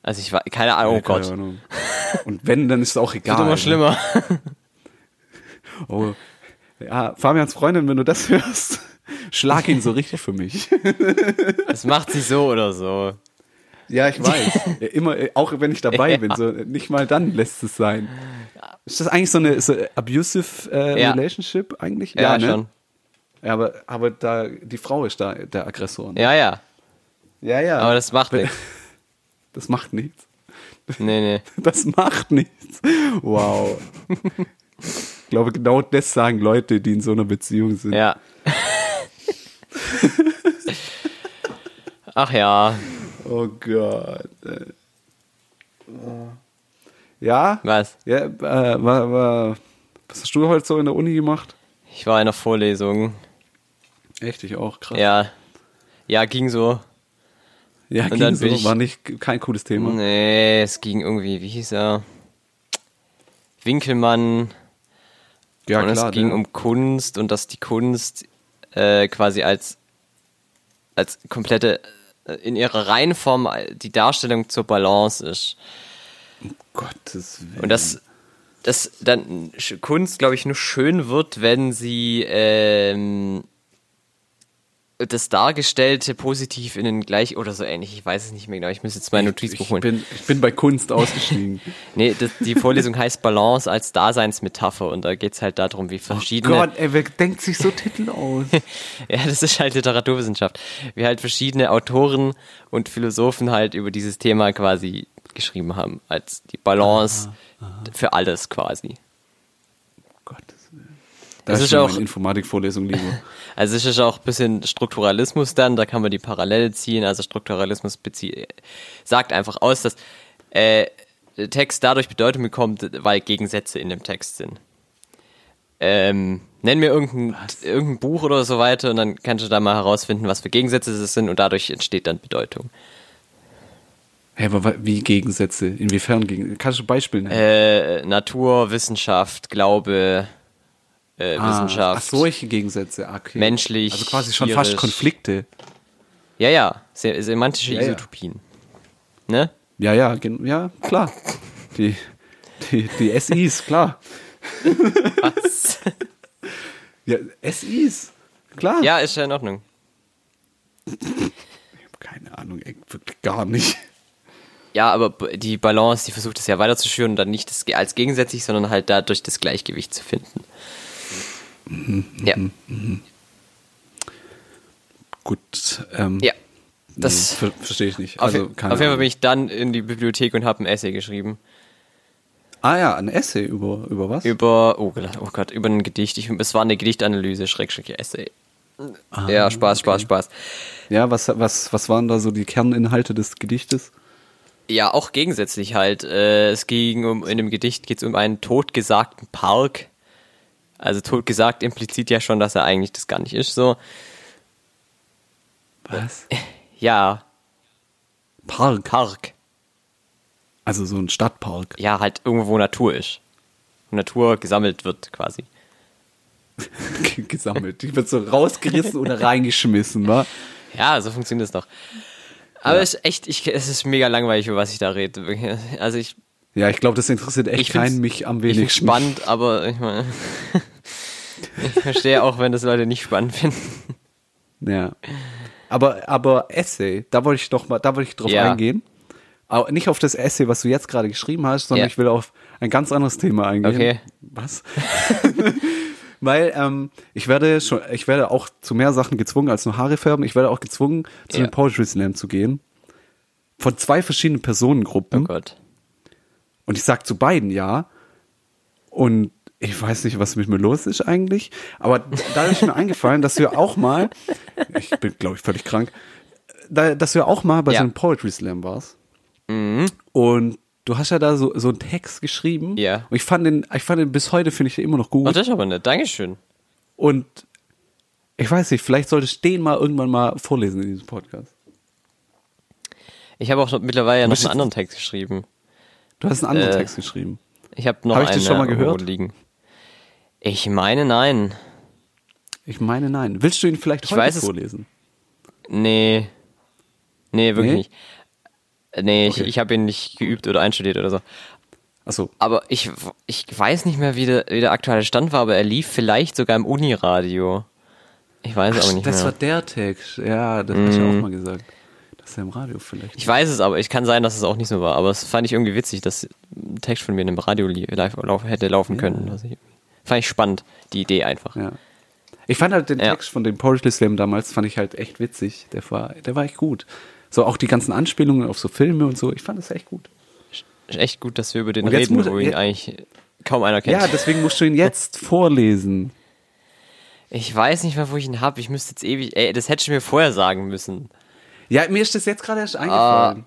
Also ich war, keine Ahnung, oh
Ja, keine
Gott.
Ahnung. [laughs] Und wenn, dann ist es auch egal.
Wird immer schlimmer.
Oh. Ja, Fabians Freundin, wenn du das [laughs] hörst, schlag ihn so richtig für mich.
Es macht sie so oder so.
Ja, ich
[laughs]
weiß. Ja, Immer, äh, auch wenn ich dabei bin, so äh, nicht mal dann lässt es sein. Ist das eigentlich so eine so eine abusive äh,
Ja.
Relationship eigentlich? ne?
Ja, schon.
Ja, aber, aber da, die Frau ist da der Aggressor. ne?
Ja, ja.
ja. ja.
Aber das macht nichts.
Das macht nichts. [laughs]
Nee, nee.
Das macht nichts. Wow. ich glaube, genau das sagen Leute, die in so einer Beziehung sind.
Ja. Ach ja,
Oh Gott. äh. Ja?
was?
Ja, äh, wa- wa- was hast du heute so in der Uni gemacht?
Ich war in der Vorlesung.
Echt, ich auch, krass. Ja,
Ja. Ja, ging so.
ging
dann
so,
bin ich-
war nicht, kein cooles Thema.
Nee, es ging irgendwie, wie hieß er? Winkelmann.
Ja,
und
klar.
es ging
ne?
um Kunst und dass die Kunst äh, quasi als, als komplette, äh, in ihrer Reinform äh, die Darstellung zur Balance ist.
Gottes Willen.
Und dass das dann Sch- Kunst, glaube ich, nur schön wird, wenn sie ähm, das Dargestellte positiv in den gleich oder so ähnlich. Ich weiß es nicht mehr genau. Ich müsste jetzt mein Notizbuch
ich
holen.
bin, ich bin bei Kunst [laughs] ausgestiegen.
Nee, das, die Vorlesung heißt Balance als Daseinsmetapher und da geht es halt darum, wie verschiedene.
Oh Gott, ey, wer denkt sich so Titel [laughs] aus?
[laughs] Ja, das ist halt Literaturwissenschaft. Wie halt verschiedene Autoren und Philosophen halt über dieses Thema quasi geschrieben haben, als die Balance für alles quasi.
Gottes Willen.
Das
Das
ist
ist auch
auch-
meine Informatikvorlesung [laughs] lieber.
Also es ist auch ein bisschen Strukturalismus dann, da kann man die Parallele ziehen. Also Strukturalismus bezie- sagt einfach aus, dass äh, der Text dadurch Bedeutung bekommt, weil Gegensätze in dem Text sind. Ähm, nenn mir irgendein, irgendein Buch oder so weiter und dann kannst du da mal herausfinden, was für Gegensätze es sind und dadurch entsteht dann Bedeutung.
Hä, aber wa- wie Gegensätze? Inwiefern Gegensätze? Kannst du Beispiele nennen?
Äh, Natur, Wissenschaft, Glaube, äh,
Ah,
Wissenschaft.
Ach, solche Gegensätze. ah, Okay.
Menschlich,
Also quasi schon fast
tierisch.
Konflikte.
Ja, ja, se semantische
Ja, ja.
Isotopien. Ne?
Ja, ja, gen- ja, klar. Die, die, die SIs, [laughs] klar.
Was?
Ja, SIs, klar.
Ja, ist ja in Ordnung.
Ich hab keine Ahnung, ey, wirklich gar nicht.
Ja, aber b- die Balance, die versucht es ja weiterzuschüren und dann nicht das, Ge- als gegensätzlich, sondern halt dadurch das Gleichgewicht zu finden.
Mhm,
Ja,
Gut, ähm,
ja.
nee,
Das,
ver verstehe ich nicht.
auf,
Mhm. Also,
auf jeden
keine
Fall
Ahnung.
bin ich dann in die Bibliothek und habe ein Essay geschrieben.
Ah ja, ein Essay über, über was?
Über, oh, Gott, oh Gott, über ein Gedicht. Ich, es war eine Gedichtanalyse, Schrägstrich Essay.
Ah,
ja, Spaß, Spaß, Spaß.
ja, was, was, was waren da so die Kerninhalte des Gedichtes?
Ja, auch gegensätzlich halt. Äh, es ging um, in dem Gedicht geht es um einen totgesagten Park. Also totgesagt implizit ja schon, dass er eigentlich das gar nicht ist, so.
Was?
Ja,
Park.
Park.
Also so ein Stadtpark.
Ja, halt irgendwo Natur ist. Wo Natur gesammelt wird quasi.
[laughs] Gesammelt. Die wird so rausgerissen oder reingeschmissen, wa?
Ja, so funktioniert es doch. Aber es ist echt, ich, es ist mega langweilig, über was ich da rede. Also ich,
Ja, ich glaube, das interessiert echt
ich
keinen
finde
mich am
ich find's
wenigsten.
spannend, aber ich meine, [laughs] ich verstehe auch, wenn das Leute nicht spannend finden.
Ja. Aber, aber Essay, da wollte ich doch mal, da wollte ich drauf
Ja.
eingehen. Aber nicht auf das Essay, was du jetzt gerade geschrieben hast, sondern
Ja.
ich will auf ein ganz anderes Thema eingehen.
Okay.
Was? [laughs] Weil ähm, ich werde schon, ich werde auch zu mehr Sachen gezwungen als nur Haare färben. Ich werde auch gezwungen, zu
Ja.
dem Poetry Slam zu gehen. Von zwei verschiedenen
Oh
Personengruppen.
Gott.
Und ich sag zu beiden ja. Und ich weiß nicht, was mit mir los ist eigentlich. Aber da ist mir [laughs] eingefallen, dass wir auch mal, ich bin, glaube ich, völlig krank, da, dass wir auch mal bei
Ja.
so einem Poetry Slam warst. Und du hast ja da so, so einen Text geschrieben.
Ja.
Und ich fand den, ich fand den bis heute finde ich den immer noch gut.
Oh, das ist aber nett. Dankeschön.
Und ich weiß nicht, vielleicht sollte ich den mal irgendwann mal vorlesen in diesem Podcast.
Ich habe auch noch, mittlerweile ja noch
bist
einen anderen Text geschrieben.
Du hast einen anderen
Äh,
Text geschrieben.
Ich habe noch
Hab ich
einen
das schon mal
irgendwo
gehört?
liegen. Ich meine, nein.
Ich meine, nein. Willst du ihn vielleicht heute
weiß es-
vorlesen?
Nee. Nee, wirklich
Nee?
nicht. Nee,
Okay.
ich, ich habe ihn nicht geübt oder einstudiert oder so.
Achso,
Aber ich, ich weiß nicht mehr, wie der, wie der aktuelle Stand war, aber er lief vielleicht sogar im Uniradio. Ich weiß es aber nicht
das
mehr. Mhm.
war der Text. Ja, das hast du ja auch mal gesagt. Das ist ja im Radio vielleicht.
Ich weiß es aber, ich kann sein, dass es auch nicht so war, aber es fand ich irgendwie witzig, dass ein Text von mir in einem Radio li- live lauf, hätte laufen können. Also ich, fand ich spannend, die Idee einfach.
Ja. Ich fand halt den
Ja.
Text von dem Poetry Slam damals, fand ich halt echt witzig. Der war, der war echt gut. So auch die ganzen Anspielungen auf so Filme und so, ich fand das echt gut.
Ist echt gut, dass wir über den
Und jetzt
reden,
muss-
wo ihn
je-
eigentlich kaum einer kennt.
Ja, deswegen musst du
[laughs]
ihn jetzt vorlesen.
ich weiß nicht mehr, wo ich ihn habe. Ich müsste jetzt ewig. Ey, das hättest du mir vorher sagen müssen.
Ja, mir ist das jetzt gerade
Ah,
erst eingefallen.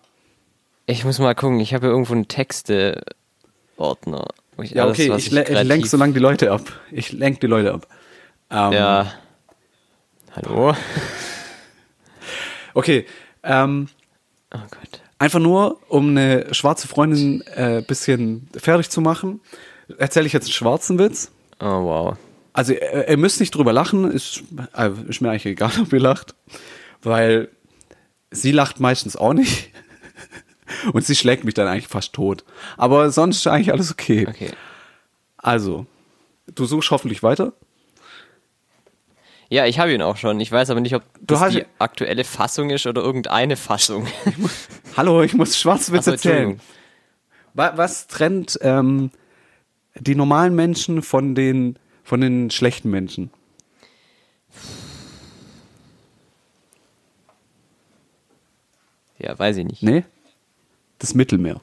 Ich muss mal gucken, ich habe hier irgendwo einen Texte-Ordner. wo ich
ja,
alles,
okay,
was
ich, le ich
kreativ-
lenk so lange die Leute ab. Ich lenk die Leute ab. Ähm,
Ja.
Oh
Hallo?
Okay, ähm,
Oh Gott.
Einfach nur, um eine schwarze Freundin ein äh, bisschen fertig zu machen, erzähle ich jetzt einen schwarzen Witz.
Oh wow.
Also ihr, ihr müsst nicht drüber lachen, ist, äh, ist mir eigentlich egal, [laughs] ob ihr lacht, weil sie lacht meistens auch nicht [laughs] und sie schlägt mich dann eigentlich fast tot. Aber sonst ist eigentlich alles okay.
Okay.
Also, du suchst hoffentlich weiter.
Ja, ich habe ihn auch schon. Ich weiß aber nicht, ob das
hast-
die aktuelle Fassung ist oder irgendeine Fassung.
Hallo, ich muss Schwarzwitz
Achso,
erzählen.
Entschuldigung.
Wa- Was trennt ähm, die normalen Menschen von den, von den schlechten Menschen?
Ja, weiß ich nicht.
Nee? Das Mittelmeer.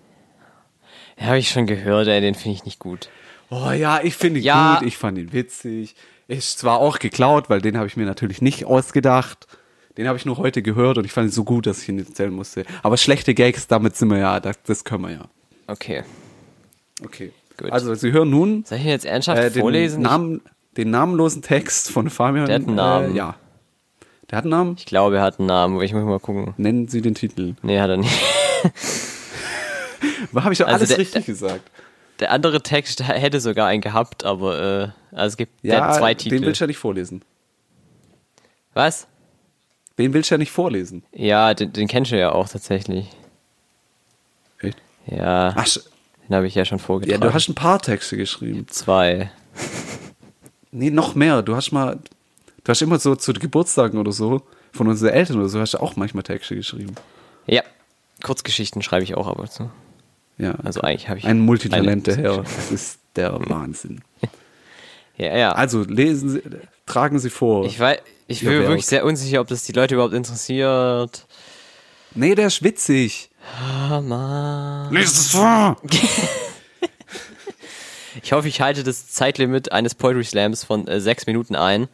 Den habe ich schon gehört, ey, den finde ich nicht gut.
Oh ja, ich finde ihn
Ja.
gut, ich fand ihn witzig. Ist zwar auch geklaut, weil den habe ich mir natürlich nicht ausgedacht. Den habe ich nur heute gehört und ich fand ihn so gut, dass ich ihn erzählen musste. Aber schlechte Gags, damit sind wir ja, das, das können wir ja.
Okay.
Okay.
Gut.
Also Sie hören nun
Soll ich ihn jetzt ernsthaft
äh, den,
vorlesen?
Namen, den namenlosen Text von Fabian.
Der hat einen Namen.
Äh, ja. Der hat einen Namen?
Ich glaube, er hat einen Namen, aber ich muss mal gucken.
Nennen Sie den Titel. [laughs]
Nee, hat er nicht. [laughs]
Habe ich doch
Also
alles
der-
richtig gesagt.
Der andere Text [laughs] hätte sogar einen gehabt, aber äh, also es gibt der hat zwei Titel.
den willst du ja nicht vorlesen.
Was?
Den willst du ja nicht vorlesen.
Ja, den, den kennst du ja auch tatsächlich.
Echt?
Ja,
Ach, sch-
den habe ich ja schon
ja,
vorgetragen.
du hast ein paar Texte geschrieben.
zwei.
Nee, noch mehr. Du hast mal, du hast immer so zu Geburtstagen oder so von unseren Eltern oder so, hast du auch manchmal Texte geschrieben.
Ja, Kurzgeschichten schreibe ich auch ab und zu.
Ja.
Also eigentlich habe ich
ein Multitalent, der
eine-
Herr. Das ist der Wahnsinn.
Ja, ja.
Also lesen Sie, tragen Sie vor.
ich weiß, ich
Ihr
bin mir
Werk.
wirklich sehr unsicher, ob das die Leute überhaupt interessiert.
nee, der ist witzig.
Ah, Mann.
Lesen Sie vor.
Ich hoffe, ich halte das Zeitlimit eines Poetry Slams von äh, sechs Minuten ein.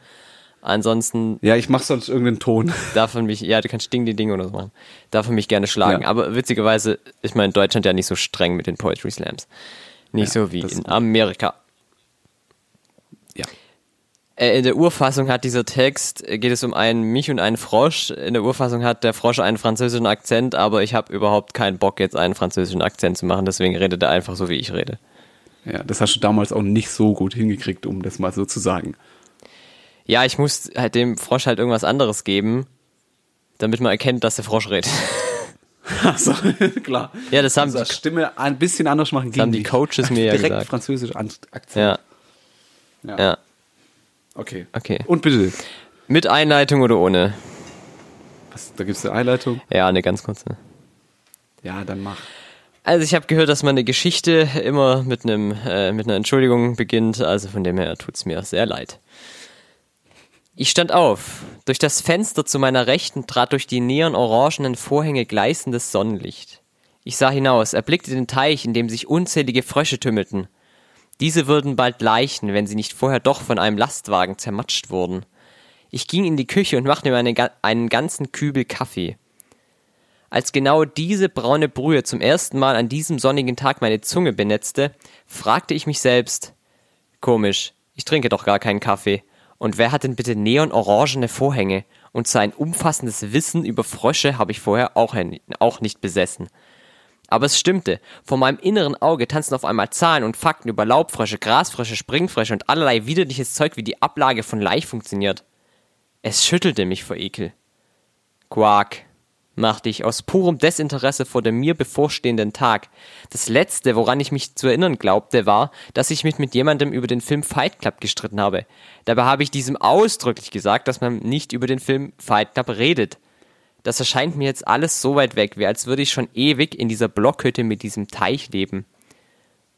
Ansonsten
Ja, ich mache sonst irgendeinen Ton.
darf man mich, ja, du kannst Ding, die Ding oder so machen. Darf man mich gerne schlagen.
Ja.
Aber witzigerweise ist man in Deutschland ja nicht so streng mit den Poetry Slams. Nicht so wie
das-
in Amerika.
Ja.
Äh, In der Urfassung hat dieser Text, äh, geht es um einen Mich und einen Frosch. In der Urfassung hat der Frosch einen französischen Akzent, aber ich habe überhaupt keinen Bock, jetzt einen französischen Akzent zu machen, deswegen redet er einfach so, wie ich rede.
Ja, das hast du damals auch nicht so gut hingekriegt, um das mal so zu
[laughs]
sagen.
Ja, ich muss halt dem Frosch halt irgendwas anderes geben, damit man erkennt, dass der Frosch redet. [laughs]
Also, klar.
Ja, das haben
Also,
die-
Stimme ein bisschen anders machen ging
haben die
nicht.
Coaches mir ja
Direkt
gesagt.
französisch an- Akzent.
Ja, ja.
Okay.
Okay.
Und bitte.
Mit Einleitung oder ohne?
Was, da gibt es eine Einleitung.
Ja, eine ganz kurze.
Ja, dann mach.
Also ich habe gehört, dass meine Geschichte immer mit einem äh, mit einer Entschuldigung beginnt, also von dem her tut's mir sehr leid. Ich stand auf. Durch das Fenster zu meiner Rechten trat durch die neonorangenen Vorhänge gleißendes Sonnenlicht. Ich sah hinaus, erblickte den Teich, in dem sich unzählige Frösche tümmelten. Diese würden bald leichen, wenn sie nicht vorher doch von einem Lastwagen zermatscht wurden. Ich ging in die Küche und machte mir eine, ga- einen ganzen Kübel Kaffee. Als genau diese braune Brühe zum ersten Mal an diesem sonnigen Tag meine Zunge benetzte, fragte ich mich selbst, komisch, ich trinke doch gar keinen Kaffee. Und wer hat denn bitte neonorangene Vorhänge? Und sein umfassendes Wissen über Frösche habe ich vorher auch, auch nicht besessen. Aber es stimmte. Vor meinem inneren Auge tanzten auf einmal Zahlen und Fakten über Laubfrösche, Grasfrösche, Springfrösche und allerlei widerliches Zeug, wie die Ablage von Laich funktioniert. Es schüttelte mich vor Ekel. Quark, machte ich aus purem Desinteresse vor dem mir bevorstehenden Tag. Das Letzte, woran ich mich zu erinnern glaubte, war, dass ich mich mit jemandem über den Film Fight Club gestritten habe. Dabei habe ich diesem ausdrücklich gesagt, dass man nicht über den Film Fight Club redet. Das erscheint mir jetzt alles so weit weg, wie als würde ich schon ewig in dieser Blockhütte mit diesem Teich leben.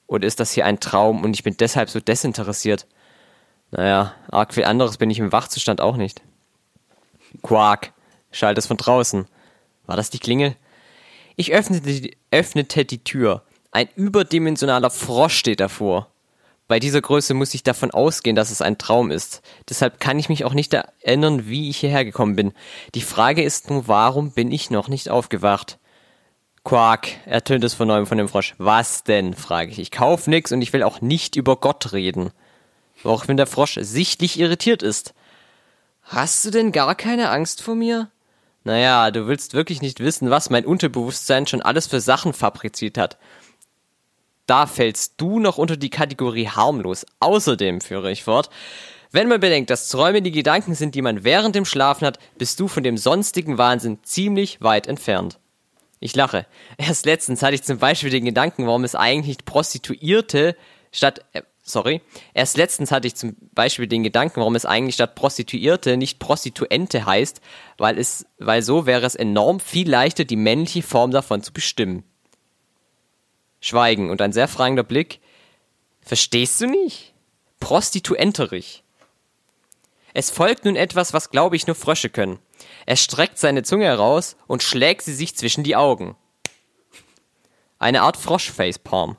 Oder ist das hier ein Traum und ich bin deshalb so desinteressiert? Naja, arg viel anderes bin ich im Wachzustand auch nicht. Quark, schallt es von draußen. War das die Klingel? Ich öffnete die, öffnete die Tür. Ein überdimensionaler Frosch steht davor. Bei dieser Größe muss ich davon ausgehen, dass es ein Traum ist. Deshalb kann ich mich auch nicht erinnern, wie ich hierher gekommen bin. Die Frage ist nur, warum bin ich noch nicht aufgewacht? Quark, ertönt es von neuem von dem Frosch. Was denn? frage ich. Ich kauf nix und ich will auch nicht über Gott reden. Woraufhin der Frosch sichtlich irritiert ist. Hast du denn gar keine Angst vor mir? Naja, du willst wirklich nicht wissen, was mein Unterbewusstsein schon alles für Sachen fabriziert hat. Da fällst du noch unter die Kategorie harmlos. Außerdem führe ich fort, wenn man bedenkt, dass Träume die Gedanken sind, die man während dem Schlafen hat, bist du von dem sonstigen Wahnsinn ziemlich weit entfernt. Ich lache. Erst letztens hatte ich zum Beispiel den Gedanken, warum es eigentlich Prostituierte statt äh, sorry. Erst letztens hatte ich zum Beispiel den Gedanken, warum es eigentlich statt Prostituierte nicht Prostituente heißt, weil es, weil so wäre es enorm viel leichter, die männliche Form davon zu bestimmen. Schweigen und ein sehr fragender Blick. Verstehst du nicht? Prostituenterich. Es folgt nun etwas, was glaube ich nur Frösche können. Er streckt seine Zunge heraus und schlägt sie sich zwischen die Augen. Eine Art Frosch-Facepalm.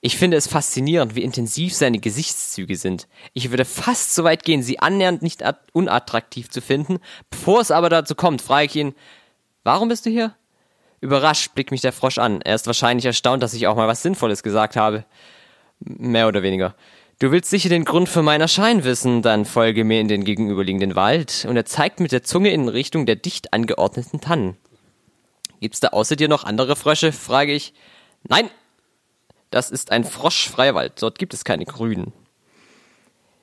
Ich finde es faszinierend, wie intensiv seine Gesichtszüge sind. Ich würde fast so weit gehen, sie annähernd nicht unattraktiv zu finden. Bevor es aber dazu kommt, frage ich ihn, warum bist du hier? Überrascht blickt mich der Frosch an. Er ist wahrscheinlich erstaunt, dass ich auch mal was Sinnvolles gesagt habe. Mehr oder weniger. Du willst sicher den Grund für meinen Erschein wissen, dann folge mir in den gegenüberliegenden Wald. Und er zeigt mit der Zunge in Richtung der dicht angeordneten Tannen. Gibt's da außer dir noch andere Frösche? frage ich. Nein, das ist ein Froschfreiwald. Dort gibt es keine Grünen.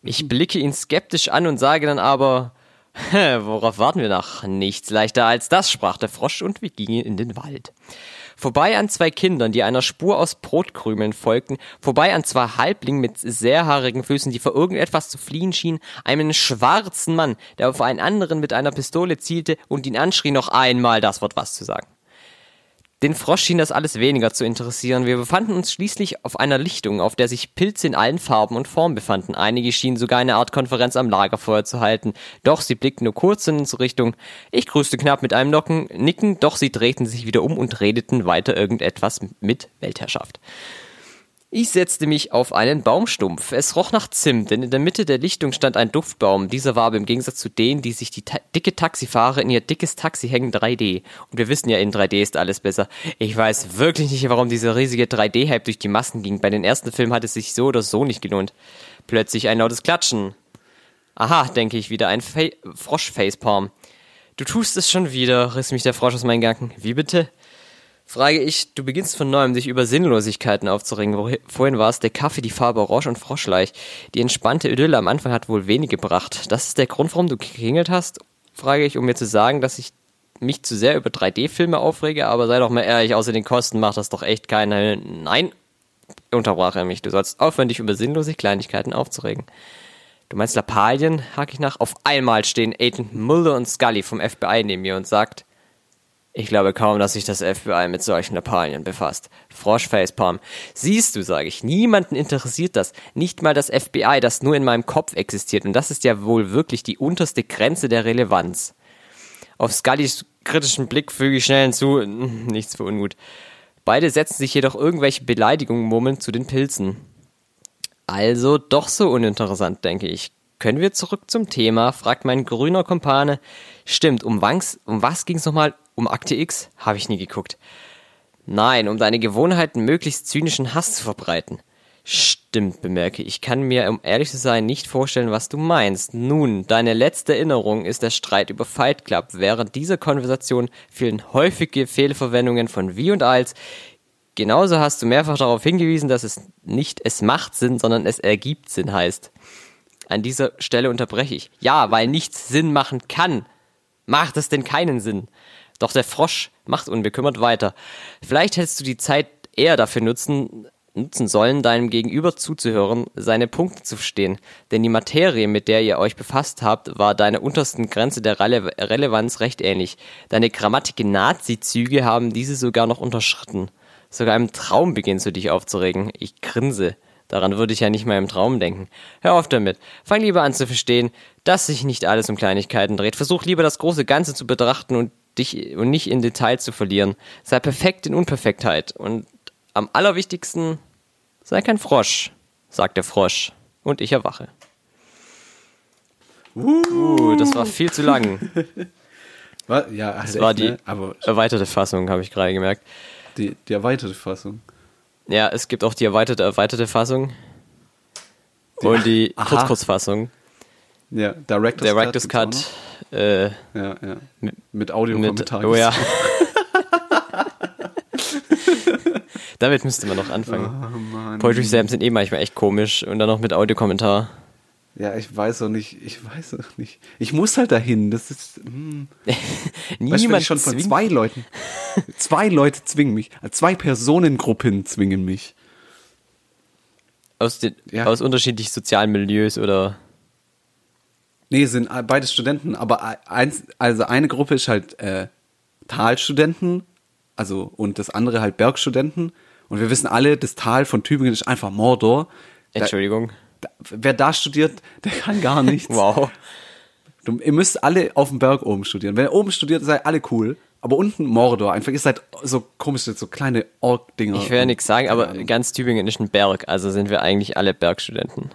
Ich blicke ihn skeptisch an und sage dann aber, "Hä, worauf warten wir nach? Nichts leichter als das, sprach der Frosch und wir gingen in den Wald. Vorbei an zwei Kindern, die einer Spur aus Brotkrümeln folgten, vorbei an zwei Halblingen mit sehr haarigen Füßen, die vor irgendetwas zu fliehen schienen, einem schwarzen Mann, der auf einen anderen mit einer Pistole zielte und ihn anschrie, noch einmal das Wort was zu sagen. Den Frosch schien das alles weniger zu interessieren. Wir befanden uns schließlich auf einer Lichtung, auf der sich Pilze in allen Farben und Formen befanden. Einige schienen sogar eine Art Konferenz am Lagerfeuer zu halten. Doch sie blickten nur kurz in unsere Richtung. Ich grüßte knapp mit einem Nocken, Nicken, doch sie drehten sich wieder um und redeten weiter irgendetwas mit Weltherrschaft. Ich setzte mich auf einen Baumstumpf. Es roch nach Zimt, denn in der Mitte der Lichtung stand ein Duftbaum. Dieser war aber im Gegensatz zu denen, die sich die ta dicke Taxifahrer in ihr dickes Taxi hängen, 3D. Und wir wissen ja, in 3D ist alles besser. Ich weiß wirklich nicht, warum dieser riesige 3D-Hype durch die Massen ging. Bei den ersten Filmen hat es sich so oder so nicht gelohnt. Plötzlich ein lautes Klatschen. Aha, denke ich wieder, ein Fa Frosch-Facepalm. Du tust es schon wieder, riss mich der Frosch aus meinen Gedanken. Wie bitte? frage ich, du beginnst von neuem, dich über Sinnlosigkeiten aufzuregen. Vorhin war es der Kaffee, die Farbe Orange und Froschleich. Die entspannte Idylle am Anfang hat wohl wenig gebracht. Das ist der Grund, warum du geklingelt hast, frage ich, um mir zu sagen, dass ich mich zu sehr über 3D-Filme aufrege, aber sei doch mal ehrlich, außer den Kosten macht das doch echt keiner. Nein, unterbrach er mich. Du sollst aufhören, dich über sinnlose Kleinigkeiten aufzuregen. Du meinst Lappalien? hake ich nach. Auf einmal stehen Agent Mulder und Scully vom FBI neben mir und sagt, ich glaube kaum, dass sich das FBI mit solchen Lappalien befasst. Froschfacepalm. Siehst du, sage ich, niemanden interessiert das. Nicht mal das FBI, das nur in meinem Kopf existiert. Und das ist ja wohl wirklich die unterste Grenze der Relevanz. Auf Scullys kritischen Blick füge ich schnell hinzu, [laughs] nichts für ungut. Beide setzen sich jedoch irgendwelche Beleidigungen murmelnd zu den Pilzen. Also doch so uninteressant, denke ich. Können wir zurück zum Thema? fragt mein grüner Kompane. Stimmt, um, Wangs, um was ging's nochmal? Um Akte X? Habe ich nie geguckt. Nein, um deine Gewohnheiten möglichst zynischen Hass zu verbreiten. Stimmt, bemerke ich. Kann mir, um ehrlich zu sein, nicht vorstellen, was du meinst. Nun, deine letzte Erinnerung ist der Streit über Fight Club. Während dieser Konversation fielen häufige Fehlverwendungen von wie und als. Genauso hast du mehrfach darauf hingewiesen, dass es nicht es macht Sinn, sondern es ergibt Sinn heißt. An dieser Stelle unterbreche ich. Ja, weil nichts Sinn machen kann, macht es denn keinen Sinn. Doch der Frosch macht unbekümmert weiter. Vielleicht hättest du die Zeit eher dafür nutzen, nutzen sollen, deinem Gegenüber zuzuhören, seine Punkte zu verstehen. Denn die Materie, mit der ihr euch befasst habt, war deiner untersten Grenze der Rele Relevanz recht ähnlich. Deine Grammatik-Nazi-Züge haben diese sogar noch unterschritten. Sogar im Traum beginnst du dich aufzuregen. Ich grinse. Daran würde ich ja nicht mal im Traum denken. Hör auf damit. Fang lieber an zu verstehen, dass sich nicht alles um Kleinigkeiten dreht. Versuch lieber das große Ganze zu betrachten und dich und nicht in Detail zu verlieren. Sei perfekt in Unperfektheit. Und am allerwichtigsten, sei kein Frosch, sagt der Frosch. Und ich erwache. Uh, das war viel zu lang.
Wa- Ja, also
Das war
echt,
die
ne? aber
erweiterte Fassung, habe ich gerade gemerkt.
die, die erweiterte Fassung.
Ja, es gibt auch die erweiterte, erweiterte Fassung. Und die
Aha.
Kurzkurzfassung.
Ja, Director's,
Director's
gibt's
Cut. Äh,
auch noch. Ja, ja. Mit Audiokommentar.
oh
[laughs]
ja. Damit müsste man noch anfangen.
Oh Mann.
Poetry Slams sind eh manchmal echt komisch und dann noch mit Audiokommentar. [laughs]
Ja, ich weiß auch nicht. Ich weiß auch nicht. Ich muss halt dahin. Das ist. Hm. Weißt du, wenn
Niemand
ich schon von
zwingt- [laughs]
zwei Leuten. zwei Leute zwingen mich. Zwei Personengruppen zwingen mich.
aus, den,
Ja.
aus unterschiedlichen sozialen Milieus oder
Nee, sind beide Studenten, aber eins, also eine Gruppe ist halt äh, Talstudenten, also und das andere halt Bergstudenten. Und wir wissen alle, das Tal von Tübingen ist einfach Mordor. Da,
Entschuldigung.
da, wer da studiert, [laughs] der kann gar nichts.
Wow.
Du, ihr müsst alle auf dem Berg oben studieren. Wenn ihr oben studiert, seid alle cool. Aber unten Mordor, einfach ihr seid so komische, so kleine Ork-Dinger.
Ich will ja nichts sagen, aber
Keine Ahnung.
ganz Tübingen ist ein Berg, also sind wir eigentlich alle Bergstudenten.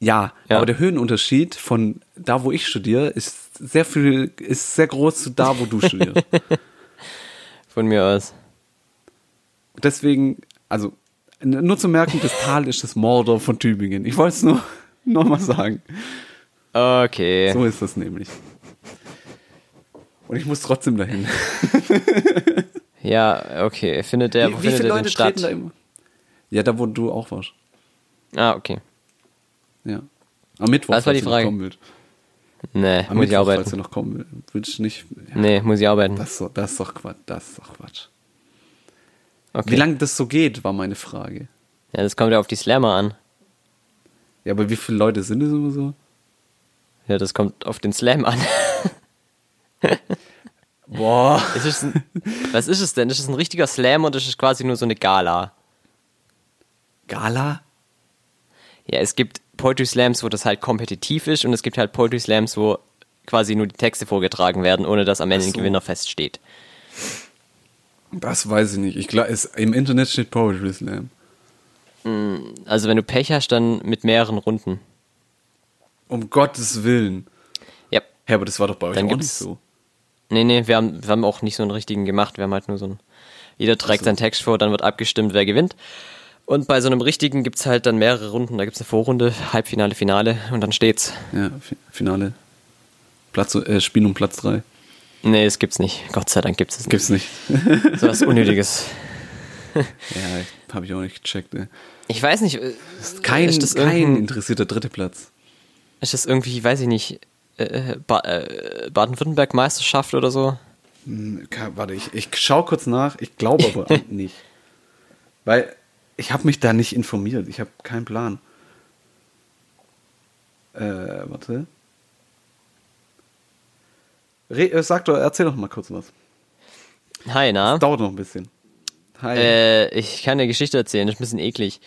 Ja,
Ja.
aber der Höhenunterschied von da, wo ich studiere, ist sehr viel, ist sehr groß zu
[laughs]
da, wo du studierst.
Von mir aus.
deswegen, also n- nur zu merken, das Tal ist das Mordor von Tübingen. Ich wollte es nur [laughs] nochmal sagen.
Okay.
So ist das nämlich. Und ich muss trotzdem dahin.
Ja, okay. Findet der, wo findet der denn statt?
immer? Ja, da wo du auch warst.
ah, okay.
Ja. Am Mittwoch,
Was war die
falls du
Frage?
noch kommen willst.
Nee,
Am
muss ich
Mittwoch, falls
arbeiten.
du noch kommen willst. Willst du nicht. Ja,
Nee, muss ich arbeiten.
das, ist doch, das ist doch Quatsch. Das ist doch Quatsch.
Okay.
Wie lange das so geht, war meine Frage.
Ja, das kommt ja auf die Slammer an.
Ja, aber wie viele Leute sind es immer so?
Ja, das kommt auf den Slam an.
Boah.
[laughs] Es ist ein, [laughs] was ist es denn? Ist es ein richtiger Slam oder ist es quasi nur so eine Gala?
Gala?
Ja, es gibt Poetry Slams, wo das halt kompetitiv ist und es gibt halt Poetry Slams, wo quasi nur die Texte vorgetragen werden, ohne dass am Ende
so.
ein Gewinner feststeht.
Das weiß ich nicht. Ich glaube, es- im Internet steht Poetry Slam.
Also wenn du Pech hast, dann mit mehreren Runden.
Um Gottes Willen.
Ja.
Hä, aber das war doch bei euch
Dann
auch nicht
gibt's-
so.
Nee, nee, wir haben, wir haben auch nicht so einen richtigen gemacht. Wir haben halt nur so einen. Jeder trägt seinen Text vor, dann wird abgestimmt, wer gewinnt. Und bei so einem richtigen gibt's halt dann mehrere Runden. Da gibt's eine Vorrunde, Halbfinale, Finale und dann steht's.
Ja, Fi- Finale. Platz, äh, Spiel um Platz 3.
Nee, es gibt's nicht. Gott sei Dank gibt's es nicht.
Gibt's nicht.
So was Unnötiges.
[laughs] ja, habe ich auch nicht gecheckt, ey.
Ich weiß nicht. äh,
Ist Kein,
ist das
kein
irgendein-
interessierter dritte Platz.
Ist das irgendwie, weiß ich nicht, äh, ba äh, Baden-Württemberg-Meisterschaft oder so?
Hm, ka- Warte, ich, ich schau kurz nach. Ich glaube [laughs] aber an- nicht. Weil ich habe mich da nicht informiert. Ich habe keinen Plan. Äh, warte. Re äh, sag doch, erzähl doch mal kurz was.
Hi, na?
Dauert noch ein bisschen. Hi.
Ah? Äh, ich kann eine Geschichte erzählen, das ist ein bisschen eklig.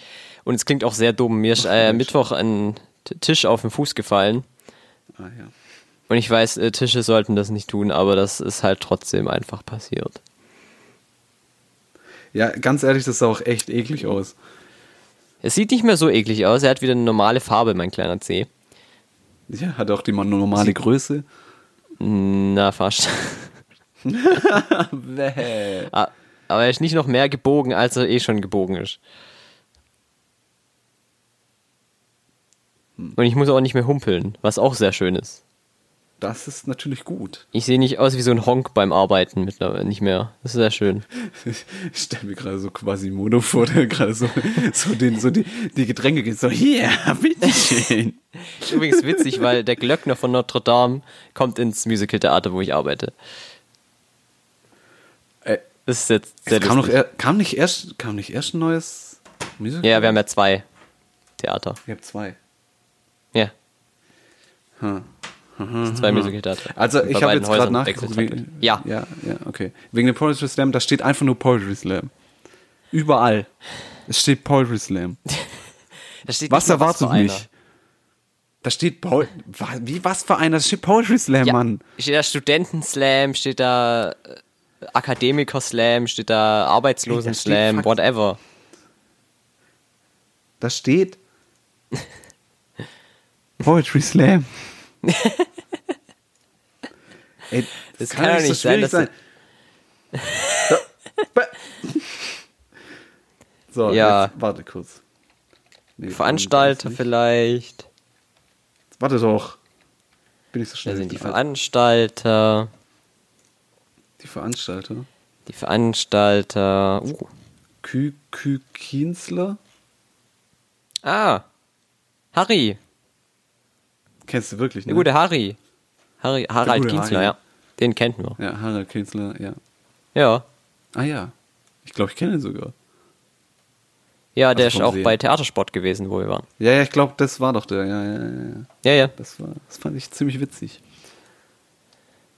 Und es klingt auch sehr dumm. Mir ist äh,
Mensch.
Mittwoch ein T- Tisch auf den Fuß gefallen.
ah, ja.
Und ich weiß, äh, Tische sollten das nicht tun, aber das ist halt trotzdem einfach passiert.
Ja, ganz ehrlich, das sah auch echt eklig aus.
Es sieht nicht mehr so eklig aus. Er hat wieder eine normale Farbe, mein kleiner C.
Ja, hat auch die man- normale Größe.
Na, fast. [laughs]
Bäh.
Ah, aber er ist nicht noch mehr gebogen, als er eh schon gebogen ist. Hm. Und ich muss auch nicht mehr humpeln, was auch sehr schön ist.
Das ist natürlich gut. [laughs]
Ich sehe nicht aus wie so ein Honk beim Arbeiten mittlerweile, nicht mehr. Das ist sehr schön.
Ich stelle mir gerade so Quasimodo vor, der gerade so, so, den, so die, die Getränke geht. So, hier, [laughs] bitteschön.
Ist [laughs] Übrigens witzig, weil der Glöckner von Notre Dame kommt ins Musical-Theater, wo ich arbeite.
Äh,
Das ist jetzt sehr
Es kam, noch,
lustig.
er- kam, nicht erst, kam nicht erst ein neues Musical?
Ja, wir haben ja zwei Theater.
Ich habe zwei.
Ja,
Hm.
zwei Musical-Theater.
Also
Bei
ich habe
beiden
jetzt
Häusern
gerade nachgeguckt.
wechselt praktisch.
wegen-
Ja,
ja, ja, okay. Wegen dem Poetry Slam, da steht einfach nur Poetry Slam. Überall. Es steht Poetry Slam.
da steht
Was
nicht mal
erwartet
für einer.
mich? Da steht Paul. Wa- Wie was für einer? Da steht Poetry Slam,
Ja,
Mann.
Steht da Studenten-Slam, steht da äh, Akademiker-Slam, steht da Arbeitslosen-Slam,
steht fuck-
whatever.
Da steht Poetry Slam. Ey,
Das kann doch nicht sein, dass
So, ba- So,
Ja.
jetzt, warte kurz. Nee,
Veranstalter
komm, das
vielleicht.
nicht. Warte doch. Bin ich so
Da
schnell.
sind die
Ah,
Veranstalter.
die Veranstalter.
Die Veranstalter. Uh.
Kü Kü Kienzler?
Ah. Harry.
Kennst du wirklich, ne?
Der gute Harry. Harry Harald
gute
Kienzler,
Harry.
ja. Den kennt man.
Ja, Harald Kienzler, ja.
Ja.
Ah ja. Ich glaube, ich kenne ihn sogar.
Ja, der
Also
ist
vom
auch
Sehen.
bei Theatersport gewesen, wo wir waren.
Ja, ja, ich glaube, das war doch der. Ja, ja, ja. ja.
Ja, ja.
Das, war, das fand ich ziemlich witzig.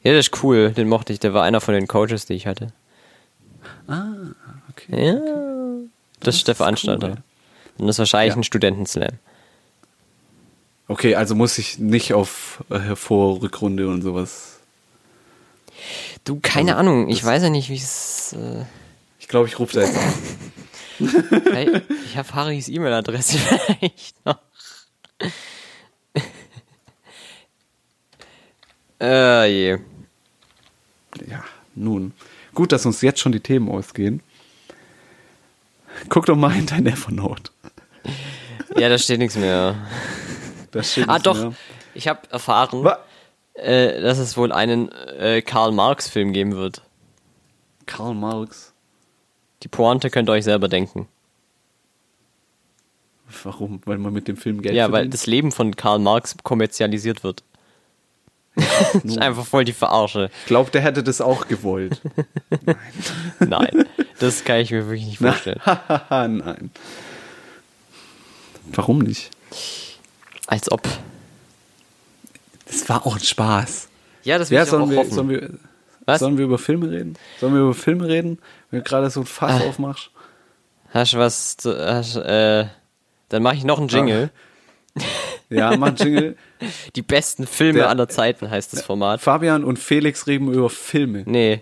Ja, der ist cool. Den mochte ich. Der war einer von den Coaches, die ich hatte.
Ah, okay.
Ja. Das, ist der
ist
Veranstalter.
cool.
Und das ist wahrscheinlich
Ja.
ein Studentenslam.
Okay, also muss ich nicht auf äh, Hervorrückrunde und sowas.
Du, keine
Also,
Ahnung. Ich
das-
weiß ja nicht, wie es. Äh,
Ich glaube, ich rufe da jetzt an.
vielleicht- ich habe Harrys E-Mail-Adresse [laughs] vielleicht noch. äh, je.
Ja, nun. Gut, dass uns jetzt schon die Themen ausgehen. Guck doch mal in dein Evernote.
Ja, da steht nichts mehr.
Da steht
Ah,
nichts
doch.
mehr.
Ich habe erfahren,
Wa-
äh, dass es wohl einen äh, Karl-Marx-Film geben wird.
Karl Marx.
Die Pointe könnt ihr euch selber denken.
Warum? Weil man mit dem Film Geld
ja, weil
verdient?
das Leben von Karl Marx kommerzialisiert
[laughs]
wird. das ist einfach voll die Verarsche.
Ich glaube, der hätte das auch gewollt.
Nein, das kann ich mir wirklich nicht [laughs] vorstellen.
Hahaha, nein. Warum nicht?
Als ob.
Das war auch ein Spaß.
Ja, das will
Ja,
ich auch
sollen wir,
hoffen.
sollen, wir,
Was?
sollen wir über Filme reden? Sollen wir über Filme reden? Wenn du gerade so ein
Ah.
Fass aufmachst.
Hast du was zu, hast, äh, dann mache ich noch einen Jingle.
Ja,
[laughs]
mach einen Jingle.
Die besten Filme
Der-
aller Zeiten heißt das Format.
Fabian und Felix reden über Filme.
Nee,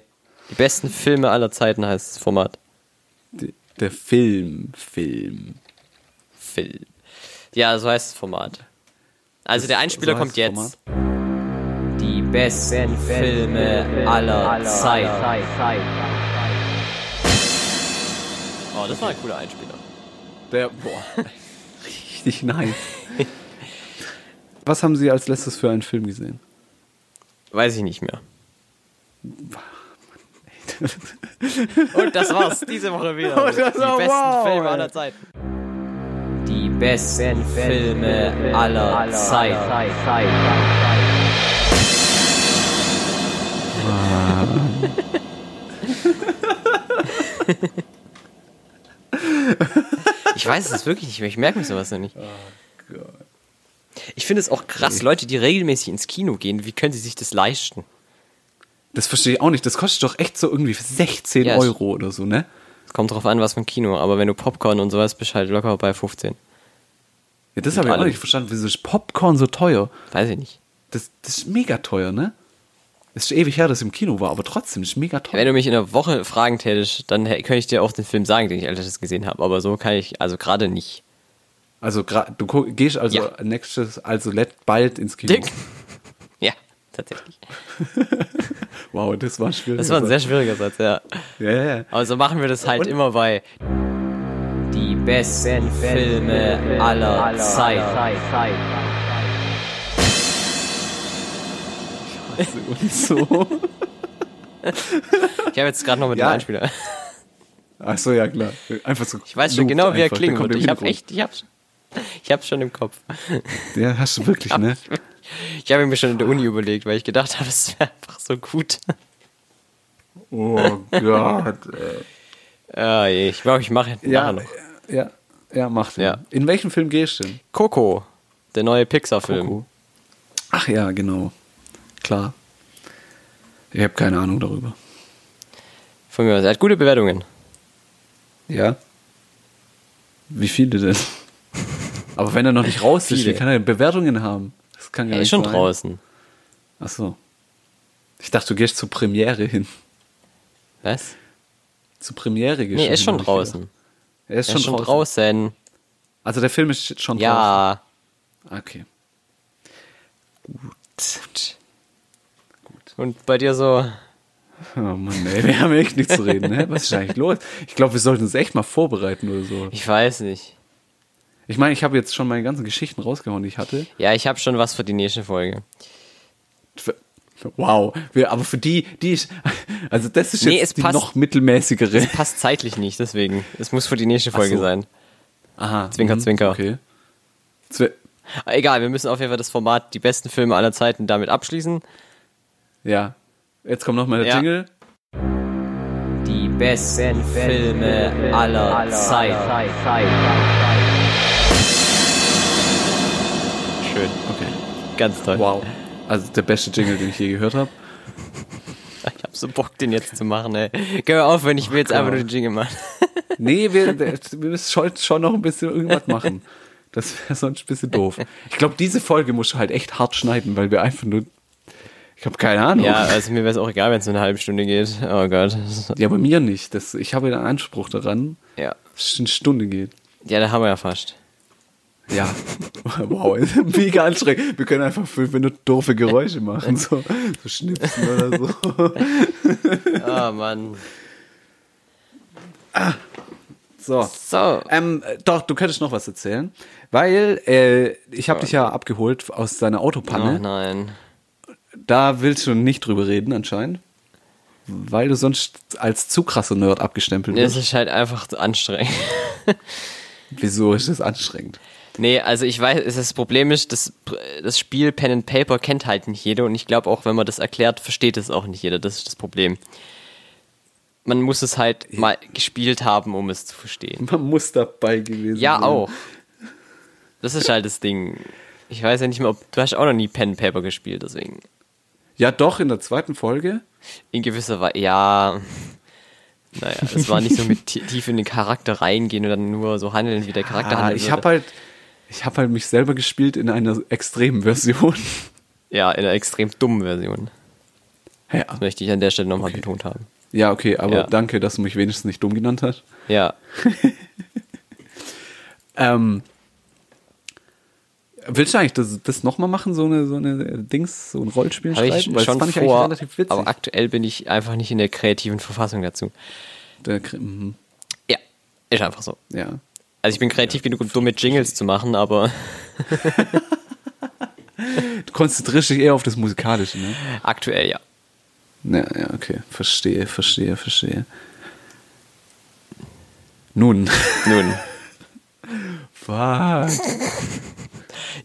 die besten Filme aller Zeiten heißt das Format.
D- Der Film, Film.
Film. Ja, so heißt das Format. Also der Einspieler
so heißt
kommt
das
jetzt. Die besten Filme aller Zeiten. Oh, das war ein cooler Einspieler.
Der, boah, [laughs]
[laughs]
richtig nice. Was haben Sie als letztes für einen Film gesehen?
Weiß ich nicht mehr. Und das war's diese Woche wieder.
Und das
die
war-
besten
wow,
Filme
ey.
aller Zeiten. Die besten Filme aller Zeiten. Ich weiß es wirklich nicht mehr. Ich merke mir sowas noch nicht. Ich finde es auch krass, Leute, die regelmäßig ins Kino gehen, wie können sie sich das leisten?
Das verstehe ich auch nicht. Das kostet doch echt so irgendwie 16
Ja, es-
Euro oder so, ne?
Es kommt drauf an, was für ein Kino, aber wenn du Popcorn und sowas bist, halt locker bei 15.
Ja, das habe ich auch
allem.
nicht verstanden. Wieso ist Popcorn so teuer?
Weiß ich nicht.
Das, das ist mega teuer, ne? Es ist schon ewig her, dass ich im Kino war, aber trotzdem ist mega teuer.
Wenn du mich in einer Woche fragend hättest, dann hä- könnte ich dir auch den Film sagen, den ich als letztes gesehen habe, aber so kann ich, also gerade nicht.
Also gra- du gu- gehst also
Ja.
nächstes, also let, bald ins Kino.
Dick. [laughs] Ja, tatsächlich.
Wow, das war schwierig.
Das war ein sehr schwieriger Satz, ja.
Ja, ja, ja.
Aber so machen wir das halt
Und-
immer bei die besten Filme aller Zeiten.
Ich
Ah.
und so.
[laughs] Ich habe jetzt gerade noch mit
Ja.
dem Einspieler.
Ach so, ja klar. Einfach so.
Ich weiß schon
loopt
genau, wie er
einfach. Der
klingen
kommt
wird.
im
Ich habe
Hintergrund.
echt, ich hab's, ich hab's schon im Kopf.
Ja, hast du wirklich, ne?
Ich habe mir schon in der Uni überlegt, weil ich gedacht habe, es wäre einfach so gut.
Oh Gott,
[laughs]
ey.
Ah, je, ich glaube, ich mache
Ja,
nachher noch.
ja, ja, macht.
Ja.
In welchen Film gehst du denn?
Coco, der neue Pixar-Film.
Coco. Ach ja, genau. Klar. Ich habe keine Ahnung darüber.
Von mir aus. Er hat gute Bewertungen.
Ja. Wie viele denn? Aber wenn er noch nicht raus ist,
Viele.
[laughs] wie kann er denn Bewertungen haben? Das kann gar
Er
nicht
ist schon
sein.
draußen.
Ach so. Ich dachte, du gehst zur Premiere hin.
Was?
Zur Premiere gehst
Nee,
du
er ist
hin,
schon
hab ich
draußen.
gedacht. Er ist
Er
schon,
ist schon
draußen.
draußen.
Also der Film ist schon
Ja.
draußen. Okay.
Gut. Und bei dir so.
Oh Mann, ey, wir haben echt nichts zu reden, ne? Was ist eigentlich los? Ich glaube, wir sollten uns echt mal vorbereiten oder so.
Ich weiß nicht.
Ich meine, ich habe jetzt schon meine ganzen Geschichten rausgehauen, die ich hatte.
Ja, ich habe schon was für die nächste Folge.
Für- für- Wow, wir, aber für die, die ist, also das ist jetzt
Nee, es
die
passt.
noch mittelmäßigere.
Passt zeitlich nicht, deswegen. Es muss für die nächste
Ach so.
Folge sein.
[laughs] Aha,
Zwinker,
mhm,
Zwinker.
Okay. Zwi
Aber Egal, wir müssen auf jeden Fall das Format die besten Filme aller Zeiten damit abschließen.
ja, jetzt kommt nochmal der
Ja.
Jingle.
Die besten Filme aller Zeiten. Schön.
Okay,
Ganz toll.
wow. Also der beste Jingle, den ich je gehört habe.
Ich hab so Bock, den jetzt zu machen, ey. Geh mal auf, wenn ich will jetzt einfach nur den Jingle machen.
Nee, wir, wir müssen schon, schon noch ein bisschen irgendwas machen. Das wäre sonst ein bisschen doof. Ich glaube, diese Folge musst du halt echt hart schneiden, weil wir einfach nur. Ich habe keine
[laughs]
Ahnung.
Ja, also mir wäre es auch egal, wenn es nur eine halbe Stunde geht. Oh Gott.
ja bei mir nicht. Das, ich habe ja einen Anspruch daran,
Ja.
dass es eine Stunde geht.
Ja, da haben wir ja fast.
Ja. Wow, [laughs] ist mega anstrengend. Wir können einfach fünf Minuten doofe Geräusche machen. So, so schnipsen oder so.
Oh Mann.
So.
So.
Ähm, äh, doch, du könntest noch was erzählen. Weil äh, ich habe dich ja abgeholt aus deiner
Oh
Autopanne.
nein.
Da willst du nicht drüber reden anscheinend, weil du sonst als zu krasser Nerd abgestempelt
Das
wirst.
ist halt einfach zu anstrengend.
Wieso ist das anstrengend?
Nee, also ich weiß, es- das Problem ist, das, das Spiel Pen and Paper kennt halt nicht jeder und ich glaube auch, wenn man das erklärt, versteht es auch nicht jeder. Das ist das Problem. Man muss es halt mal gespielt haben, um es zu verstehen.
Man muss dabei gewesen
Ja,
sein.
auch. Das ist halt das Ding. Ich weiß ja nicht mehr, ob du hast auch noch nie Pen and Paper gespielt, deswegen.
Ja, doch, in der zweiten Folge.
In gewisser Weise, ja. Naja, es war nicht so
[laughs]
mit ti- tief in den Charakter reingehen und dann nur so handeln, wie der Charakter
Ah,
handelt.
ich habe halt, ich habe halt mich selber gespielt in einer extremen Version. [laughs] halt
ja, in einer extrem dummen Version.
Ja,
Das möchte ich an der Stelle nochmal betont haben.
ja okay, aber
Ja.
danke, dass du mich wenigstens nicht dumm genannt hast.
Ja,
Ähm, willst du eigentlich das, das nochmal machen, so eine, so eine Dings, so ein Rollspiel
habe ich
schreiben? Weil
schon
das fand ich
vor,
eigentlich relativ witzig.
aber aktuell bin ich einfach nicht in der kreativen Verfassung dazu.
Der Kri- mhm,
Ja, ist einfach so.
ja.
Also ich bin kreativ genug, um dumme Jingles zu machen, aber [laughs]
Du konzentrierst dich eher auf das Musikalische, ne?
aktuell ja.
Ja, ja, okay. Verstehe, verstehe, verstehe. Nun. [laughs]
Nun,
Fuck.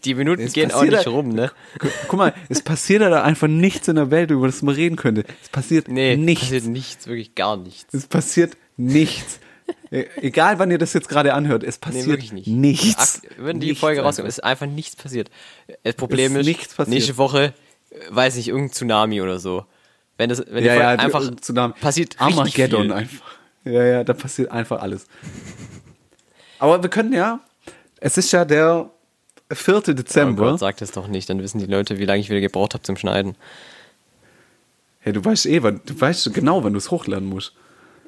die Minuten
Es
gehen auch
passiert
nicht
halt-
rum, ne?
Gu- Guck mal, es passiert da einfach nichts in der Welt, über das man reden könnte. Es passiert
Nee,
nichts.
passiert nichts, wirklich gar nichts.
Es passiert nichts. E- Egal, wann ihr das jetzt gerade anhört, es
Nee,
passiert
wirklich nicht.
nichts.
Ak- Wenn die
Nichts
Folge
einfach.
rauskommt, ist einfach nichts passiert. Äh, Das Problem
Ist
ist,
nichts passiert.
nächste Woche, äh, weiß ich, irgendein Tsunami oder so. Wenn, das, wenn die
ja,
Folge
ja,
einfach
einfach Tsunami.
passiert richtig viel.
Armageddon einfach. Ja, ja, da passiert einfach alles. Aber wir können ja, es ist ja der 4.
Oh
Dezember.
Gott, sag das doch nicht, dann wissen die Leute, wie lange ich wieder gebraucht habe zum Schneiden.
hey, du weißt eh, wann, du weißt genau, wann du es hochladen musst.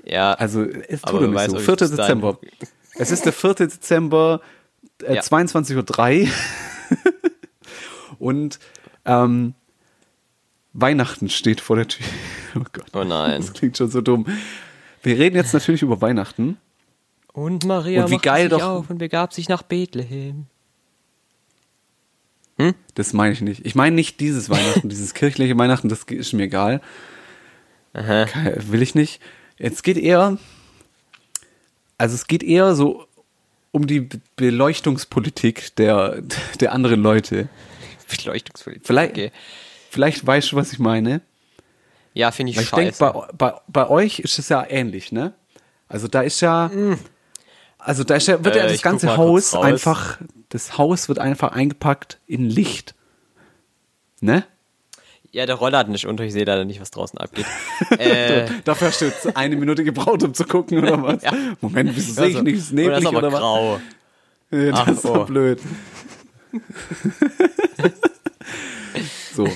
Ja,
Also, es
Aber
tut doch
wer weiß,
nicht
ob
so.
ich
4.
bis dahin-
Dezember. [laughs] Es ist der 4. Dezember, äh,
Ja.
22.03 Uhr. [laughs] Und ähm, Weihnachten steht vor der Tür. [laughs] Oh Gott.
Oh nein.
[laughs] Das klingt schon so dumm. Wir reden jetzt natürlich über Weihnachten.
und Maria
Und wie
machte
geil
sich
doch-
auf und begab sich nach Bethlehem.
Das meine ich nicht. Ich meine nicht
[laughs]
dieses Weihnachten, dieses kirchliche Weihnachten, das ist mir egal. Ke- Will ich nicht. Jetzt geht eher, also es geht eher so um die Be- Beleuchtungspolitik der, der anderen Leute.
Beleuchtungspolitik.
Vielleicht,
Okay.
vielleicht weißt du, was ich meine.
Ja, finde ich
Weil ich denke,
scheiße.
bei, bei, bei euch ist es ja ähnlich, ne? Also da ist ja, also da ist ja, wird ja
Hm. Äh,
das
ich guck mal
ganze
kurz
Haus
raus.
einfach, das Haus wird einfach eingepackt in Licht, ne?
ja, der Roller hat nicht unter. Ich sehe leider nicht, was draußen
[laughs]
abgeht. äh,
Dafür hast du jetzt eine Minute gebraucht, um zu
[laughs]
gucken, oder was?
Ja.
Moment, wieso sehe ich
also,
nichts?
oh, das
Neblig
ist aber
oder was?
grau.
[laughs] Ja, das
Ach,
ist so
oh. [laughs]
blöd. so.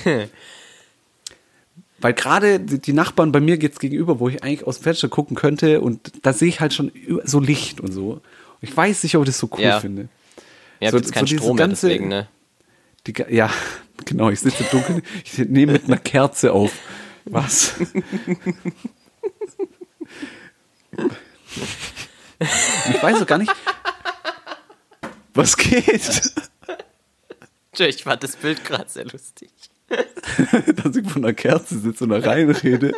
Weil gerade die die Nachbarn bei mir geht's gegenüber, wo ich eigentlich aus dem Fenster gucken könnte und da sehe ich halt schon über- so Licht und so. Und Ich weiß nicht, ob ich das so cool
Ja.
finde.
Ihr habt
So-
jetzt keinen
so diese
Strom mehr,
ganze-
deswegen, ne?
Die, ga- ja, [laughs] genau, ich sitze im Dunkeln, ich nehme mit einer Kerze auf. Was? ich weiß so gar nicht. Was geht? [laughs]
Tja, Ich fand das Bild gerade sehr lustig.
dass ich von der Kerze sitze und da reinrede.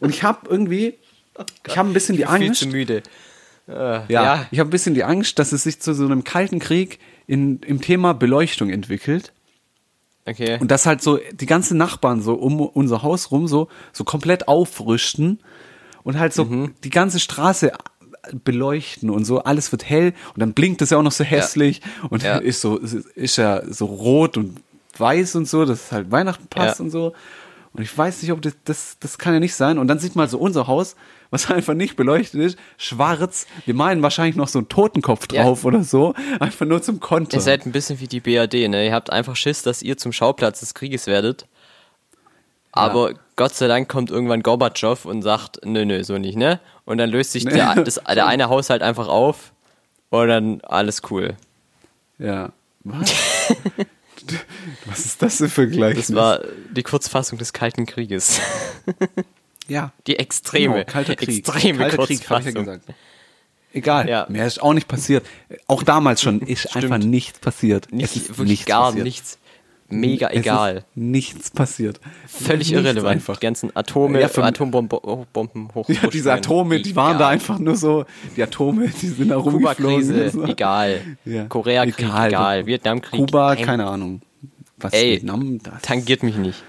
und ich habe irgendwie, ich habe ein bisschen die
Ich bin viel
Angst.
zu müde. Äh,
ja,
ja.
ich habe ein bisschen die Angst, dass es sich zu so einem kalten Krieg in, im Thema Beleuchtung entwickelt.
Okay.
Und dass halt so die ganzen Nachbarn so um unser Haus rum so, so komplett aufrüsten und halt so
Mhm.
die ganze Straße beleuchten und so, alles wird hell und dann blinkt es ja auch noch so hässlich und
Ja.
ist so, ist, ist ja so rot und weiß und so, dass es halt Weihnachten passt
Ja.
und so. Und ich weiß nicht, ob das, das, das kann ja nicht sein. Und dann sieht man so unser Haus, was [laughs] einfach nicht beleuchtet ist, schwarz. Wir malen wahrscheinlich noch so einen Totenkopf
Ja.
drauf oder so. Einfach nur zum Konter.
Ihr seid ein bisschen wie die BRD, ne? Ihr habt einfach Schiss, dass ihr zum Schauplatz des Krieges werdet. Aber Gott sei Dank kommt irgendwann Gorbatschow und sagt, nö, nö, so nicht, ne? Und dann löst sich
Nee.
der,
[laughs]
das, der eine Haushalt einfach auf und dann alles cool.
Ja. Was? [laughs] Was ist das denn für ein Vergleich?
Das war die Kurzfassung des Kalten Krieges. [laughs]
ja.
Die extreme,
Genau, kalter Krieg.
extreme
kalter Krieg, hab ich ja
Kurzfassung.
gesagt. Egal,
Ja.
mehr ist auch nicht passiert. Auch damals schon ist einfach nichts passiert.
Nicht,
es ist
wirklich gar
passiert.
nichts. Mega egal.
Es ist nichts passiert.
Völlig
Nichts
irrelevant.
Einfach.
Die ganzen Atome, oh,
Ja, für-
Atombomben Atombomben hoch.
[laughs] Ja, diese Atome, die waren da einfach nur so, die Atome, [laughs] die sind da rumgeflogen. [laughs]
Kuba-Krise,
Das
[laughs]
war-
egal.
Ja.
Korea-Krieg, egal. Vietnamkrieg,
Kuba,
kein-
keine Ahnung. Was
Ey,
Vietnam, das
Tangiert mich nicht.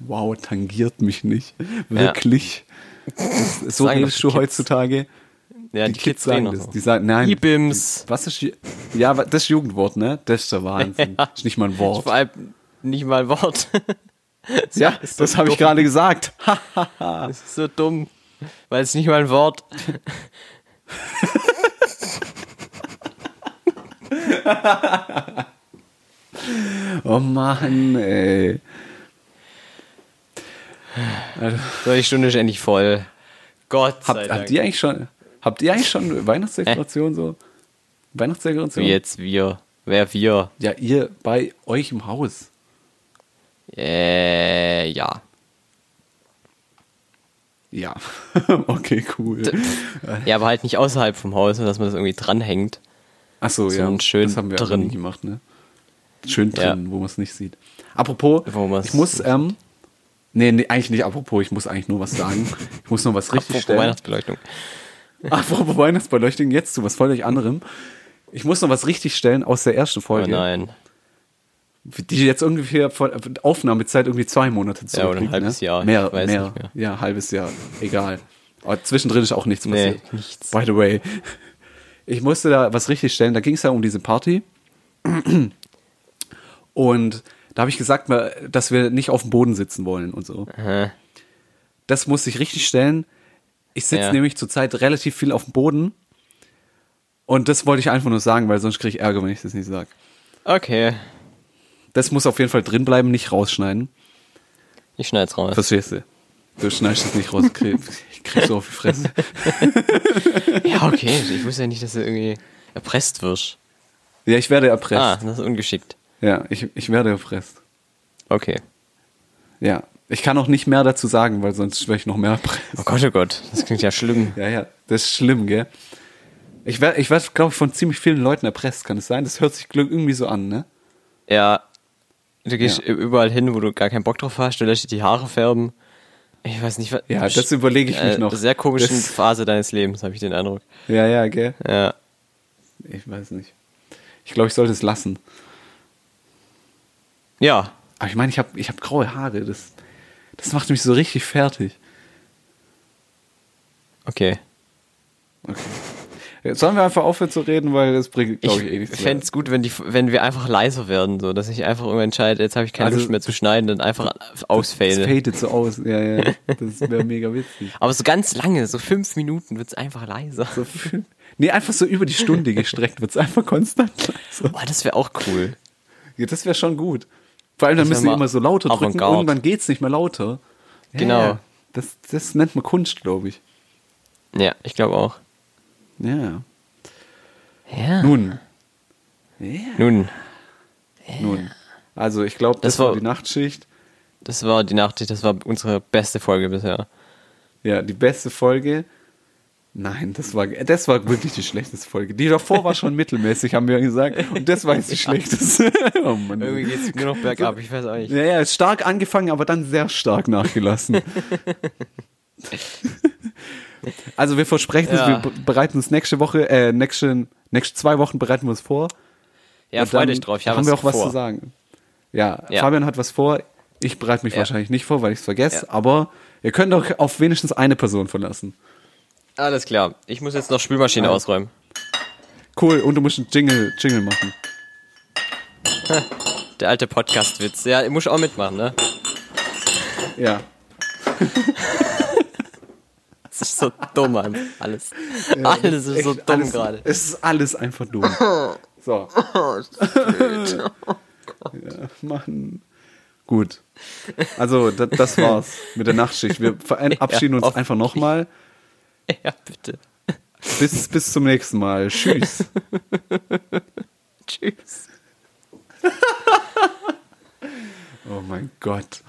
Wow, tangiert mich nicht.
[laughs]
Wirklich. Das, so
Sagen doch
redest
die
du
Kids.
heutzutage.
Ja,
Die, Kids sagen das.
noch so.
Die sagen, nein.
E-Bims.
Was ist, Ju- ja, wa- das ist Jugendwort, ne? Das ist der Wahnsinn.
[laughs] Ja.
Ist nicht mal ein Wort.
Vor allem nicht mal ein Wort. [laughs]
ja,
ist so
das habe ich
dumm.
gerade gesagt. Ha,
Das ist so dumm. Weil es nicht mal ein Wort.
oh Mann, ey.
So, die Stunde ist endlich voll. Gott sei
Habt,
Dank.
habt ihr eigentlich schon, habt ihr eigentlich
[laughs]
schon Weihnachtsdekoration so? Weihnachtsdekoration?
Jetzt wir. Wer wir?
Ja, ihr bei euch im Haus.
Äh, ja.
Ja. [laughs] okay, cool.
Ja, aber halt nicht außerhalb vom Haus, sondern dass man das irgendwie dranhängt.
Ach so, ja.
ein schön
das haben wir
drin.
drin gemacht, ne? Schön
Ja.
drin, wo man es nicht sieht. Apropos,
Wo man's
ich muss,
nicht
ähm, nee, nee, eigentlich nicht apropos, ich muss eigentlich nur was sagen. Ich muss
[laughs]
noch was richtig
Apropos
stellen.
Weihnachtsbeleuchtung.
[laughs] Apropos Weihnachtsbeleuchtung, jetzt zu was völlig anderem. Ich muss noch was richtig stellen aus der ersten
Oh
Folge,
nein.
die jetzt ungefähr von Aufnahmezeit irgendwie zwei Monate zurück.
Ja, oder ein
liegt,
halbes
ne?
Jahr, ich
Mehr,
weiß
mehr,
nicht mehr.
Ja, halbes Jahr, egal. Aber zwischendrin ist auch nichts
Nee,
passiert.
nichts.
By the way, ich musste da was richtig stellen. Da ging es ja um diese Party. Und da habe ich gesagt, dass wir nicht auf dem Boden sitzen wollen und so.
Hä?
Das muss ich richtig stellen. Ich sitze
Ja.
nämlich zurzeit relativ viel auf dem Boden. Und das wollte ich einfach nur sagen, weil sonst kriege ich Ärger, wenn ich das nicht sage.
Okay.
Das muss auf jeden Fall drin bleiben, nicht rausschneiden.
Ich schneid's raus.
Verstehst du? Du schneidest es nicht raus, krieg- ich krieg so auf die Fresse.
Ja, okay. Ich wusste ja nicht, dass du irgendwie erpresst wirst.
Ja, ich werde erpresst.
Ah, das ist ungeschickt.
Ja, ich, ich werde erpresst.
Okay.
Ja. Ich kann auch nicht mehr dazu sagen, weil sonst werde ich noch mehr erpresst. [laughs]
Oh Gott, oh Gott. Das klingt ja schlimm.
Ja, ja, das ist schlimm, gell? Ich werde, ich werd, glaube ich, von ziemlich vielen Leuten erpresst, kann es sein? Das hört sich irgendwie so an, ne?
Ja. Du gehst überall hin, wo du gar keinen Bock drauf hast, du lässt dir die Haare färben. Ich weiß nicht, was.
Ja, das überlege ich mich noch.
Sehr komischen
Das-
Phase deines Lebens, habe ich den Eindruck.
Ja, ja, gell?
Ja.
Ich weiß nicht. Ich glaube, ich sollte es lassen.
Ja.
Aber ich meine, ich habe ich hab graue Haare. Das, das macht mich so richtig fertig.
Okay.
Jetzt sollen wir einfach aufhören zu reden, weil das bringt, glaube ich, eh
Ich
nichts.
fände es gut, wenn, die, wenn wir einfach leiser werden, so dass ich einfach irgendwann entscheide, jetzt habe ich keine
Also-
Lust mehr zu schneiden und einfach
mehr. Es
ausfade.
fadet so aus.
[laughs]
Ja, ja. Das wäre mega witzig.
Aber so ganz lange, so fünf Minuten wird es einfach leiser.
So viel- nee, einfach so über die Stunde gestreckt wird es einfach konstant. leiser.
Boah, das wäre auch cool.
Ja, das wäre schon gut. Vor allem,
Das
dann
wär
müssen wir
mal
immer so lauter drücken.
Avantgarde.
Irgendwann geht es nicht mehr lauter. Ja,
Genau.
ja. Das, das nennt man Kunst, glaube ich.
Ja, ich glaube auch.
Ja.
Ja.
Nun. Ja.
Nun,
Nun. Also, ich glaube, das,
Das war-
war die Nachtschicht.
das war die Nachtschicht, das war unsere beste Folge bisher.
Ja, die beste Folge. Nein, das war, das war wirklich die schlechteste Folge. Die davor
[laughs]
war schon mittelmäßig, haben wir gesagt. Und das war jetzt die schlechteste. [laughs] oh Mann.
Irgendwie geht es nur noch bergab, ich weiß auch nicht.
Ja, ja, ist stark angefangen, aber dann sehr
[laughs]
stark nachgelassen. also wir versprechen es,
Ja.
wir be- bereiten uns nächste Woche, äh, nächste, nächste zwei Wochen bereiten wir uns vor.
Ja,
Und
freu
dann
dich drauf, ich habe
haben wir auch was
vor.
zu sagen. Ja,
Ja.
Fabian hat was vor. Ich bereite mich
Ja.
wahrscheinlich nicht vor, weil ich es vergesse,
Ja.
aber ihr könnt doch auf wenigstens eine Person verlassen.
Alles klar, ich muss jetzt noch Spülmaschine ausräumen.
Cool, und du musst einen Jingle, Jingle machen.
Der alte Podcast-Witz. Ja, ich muss auch mitmachen, ne?
Ja.
Das ist so dumm, Mann. alles. alles ist so
Echt,
dumm
alles- [laughs]
gerade.
Es ist alles einfach
[laughs]
dumm. So. ja, Mann. Gut. Also, das, das war's mit der Nachtschicht. Wir verabschieden
Ja,
uns einfach nochmal.
Ja, bitte.
Bis, bis zum nächsten Mal. Tschüss.
[laughs] Tschüss.
Oh mein Gott.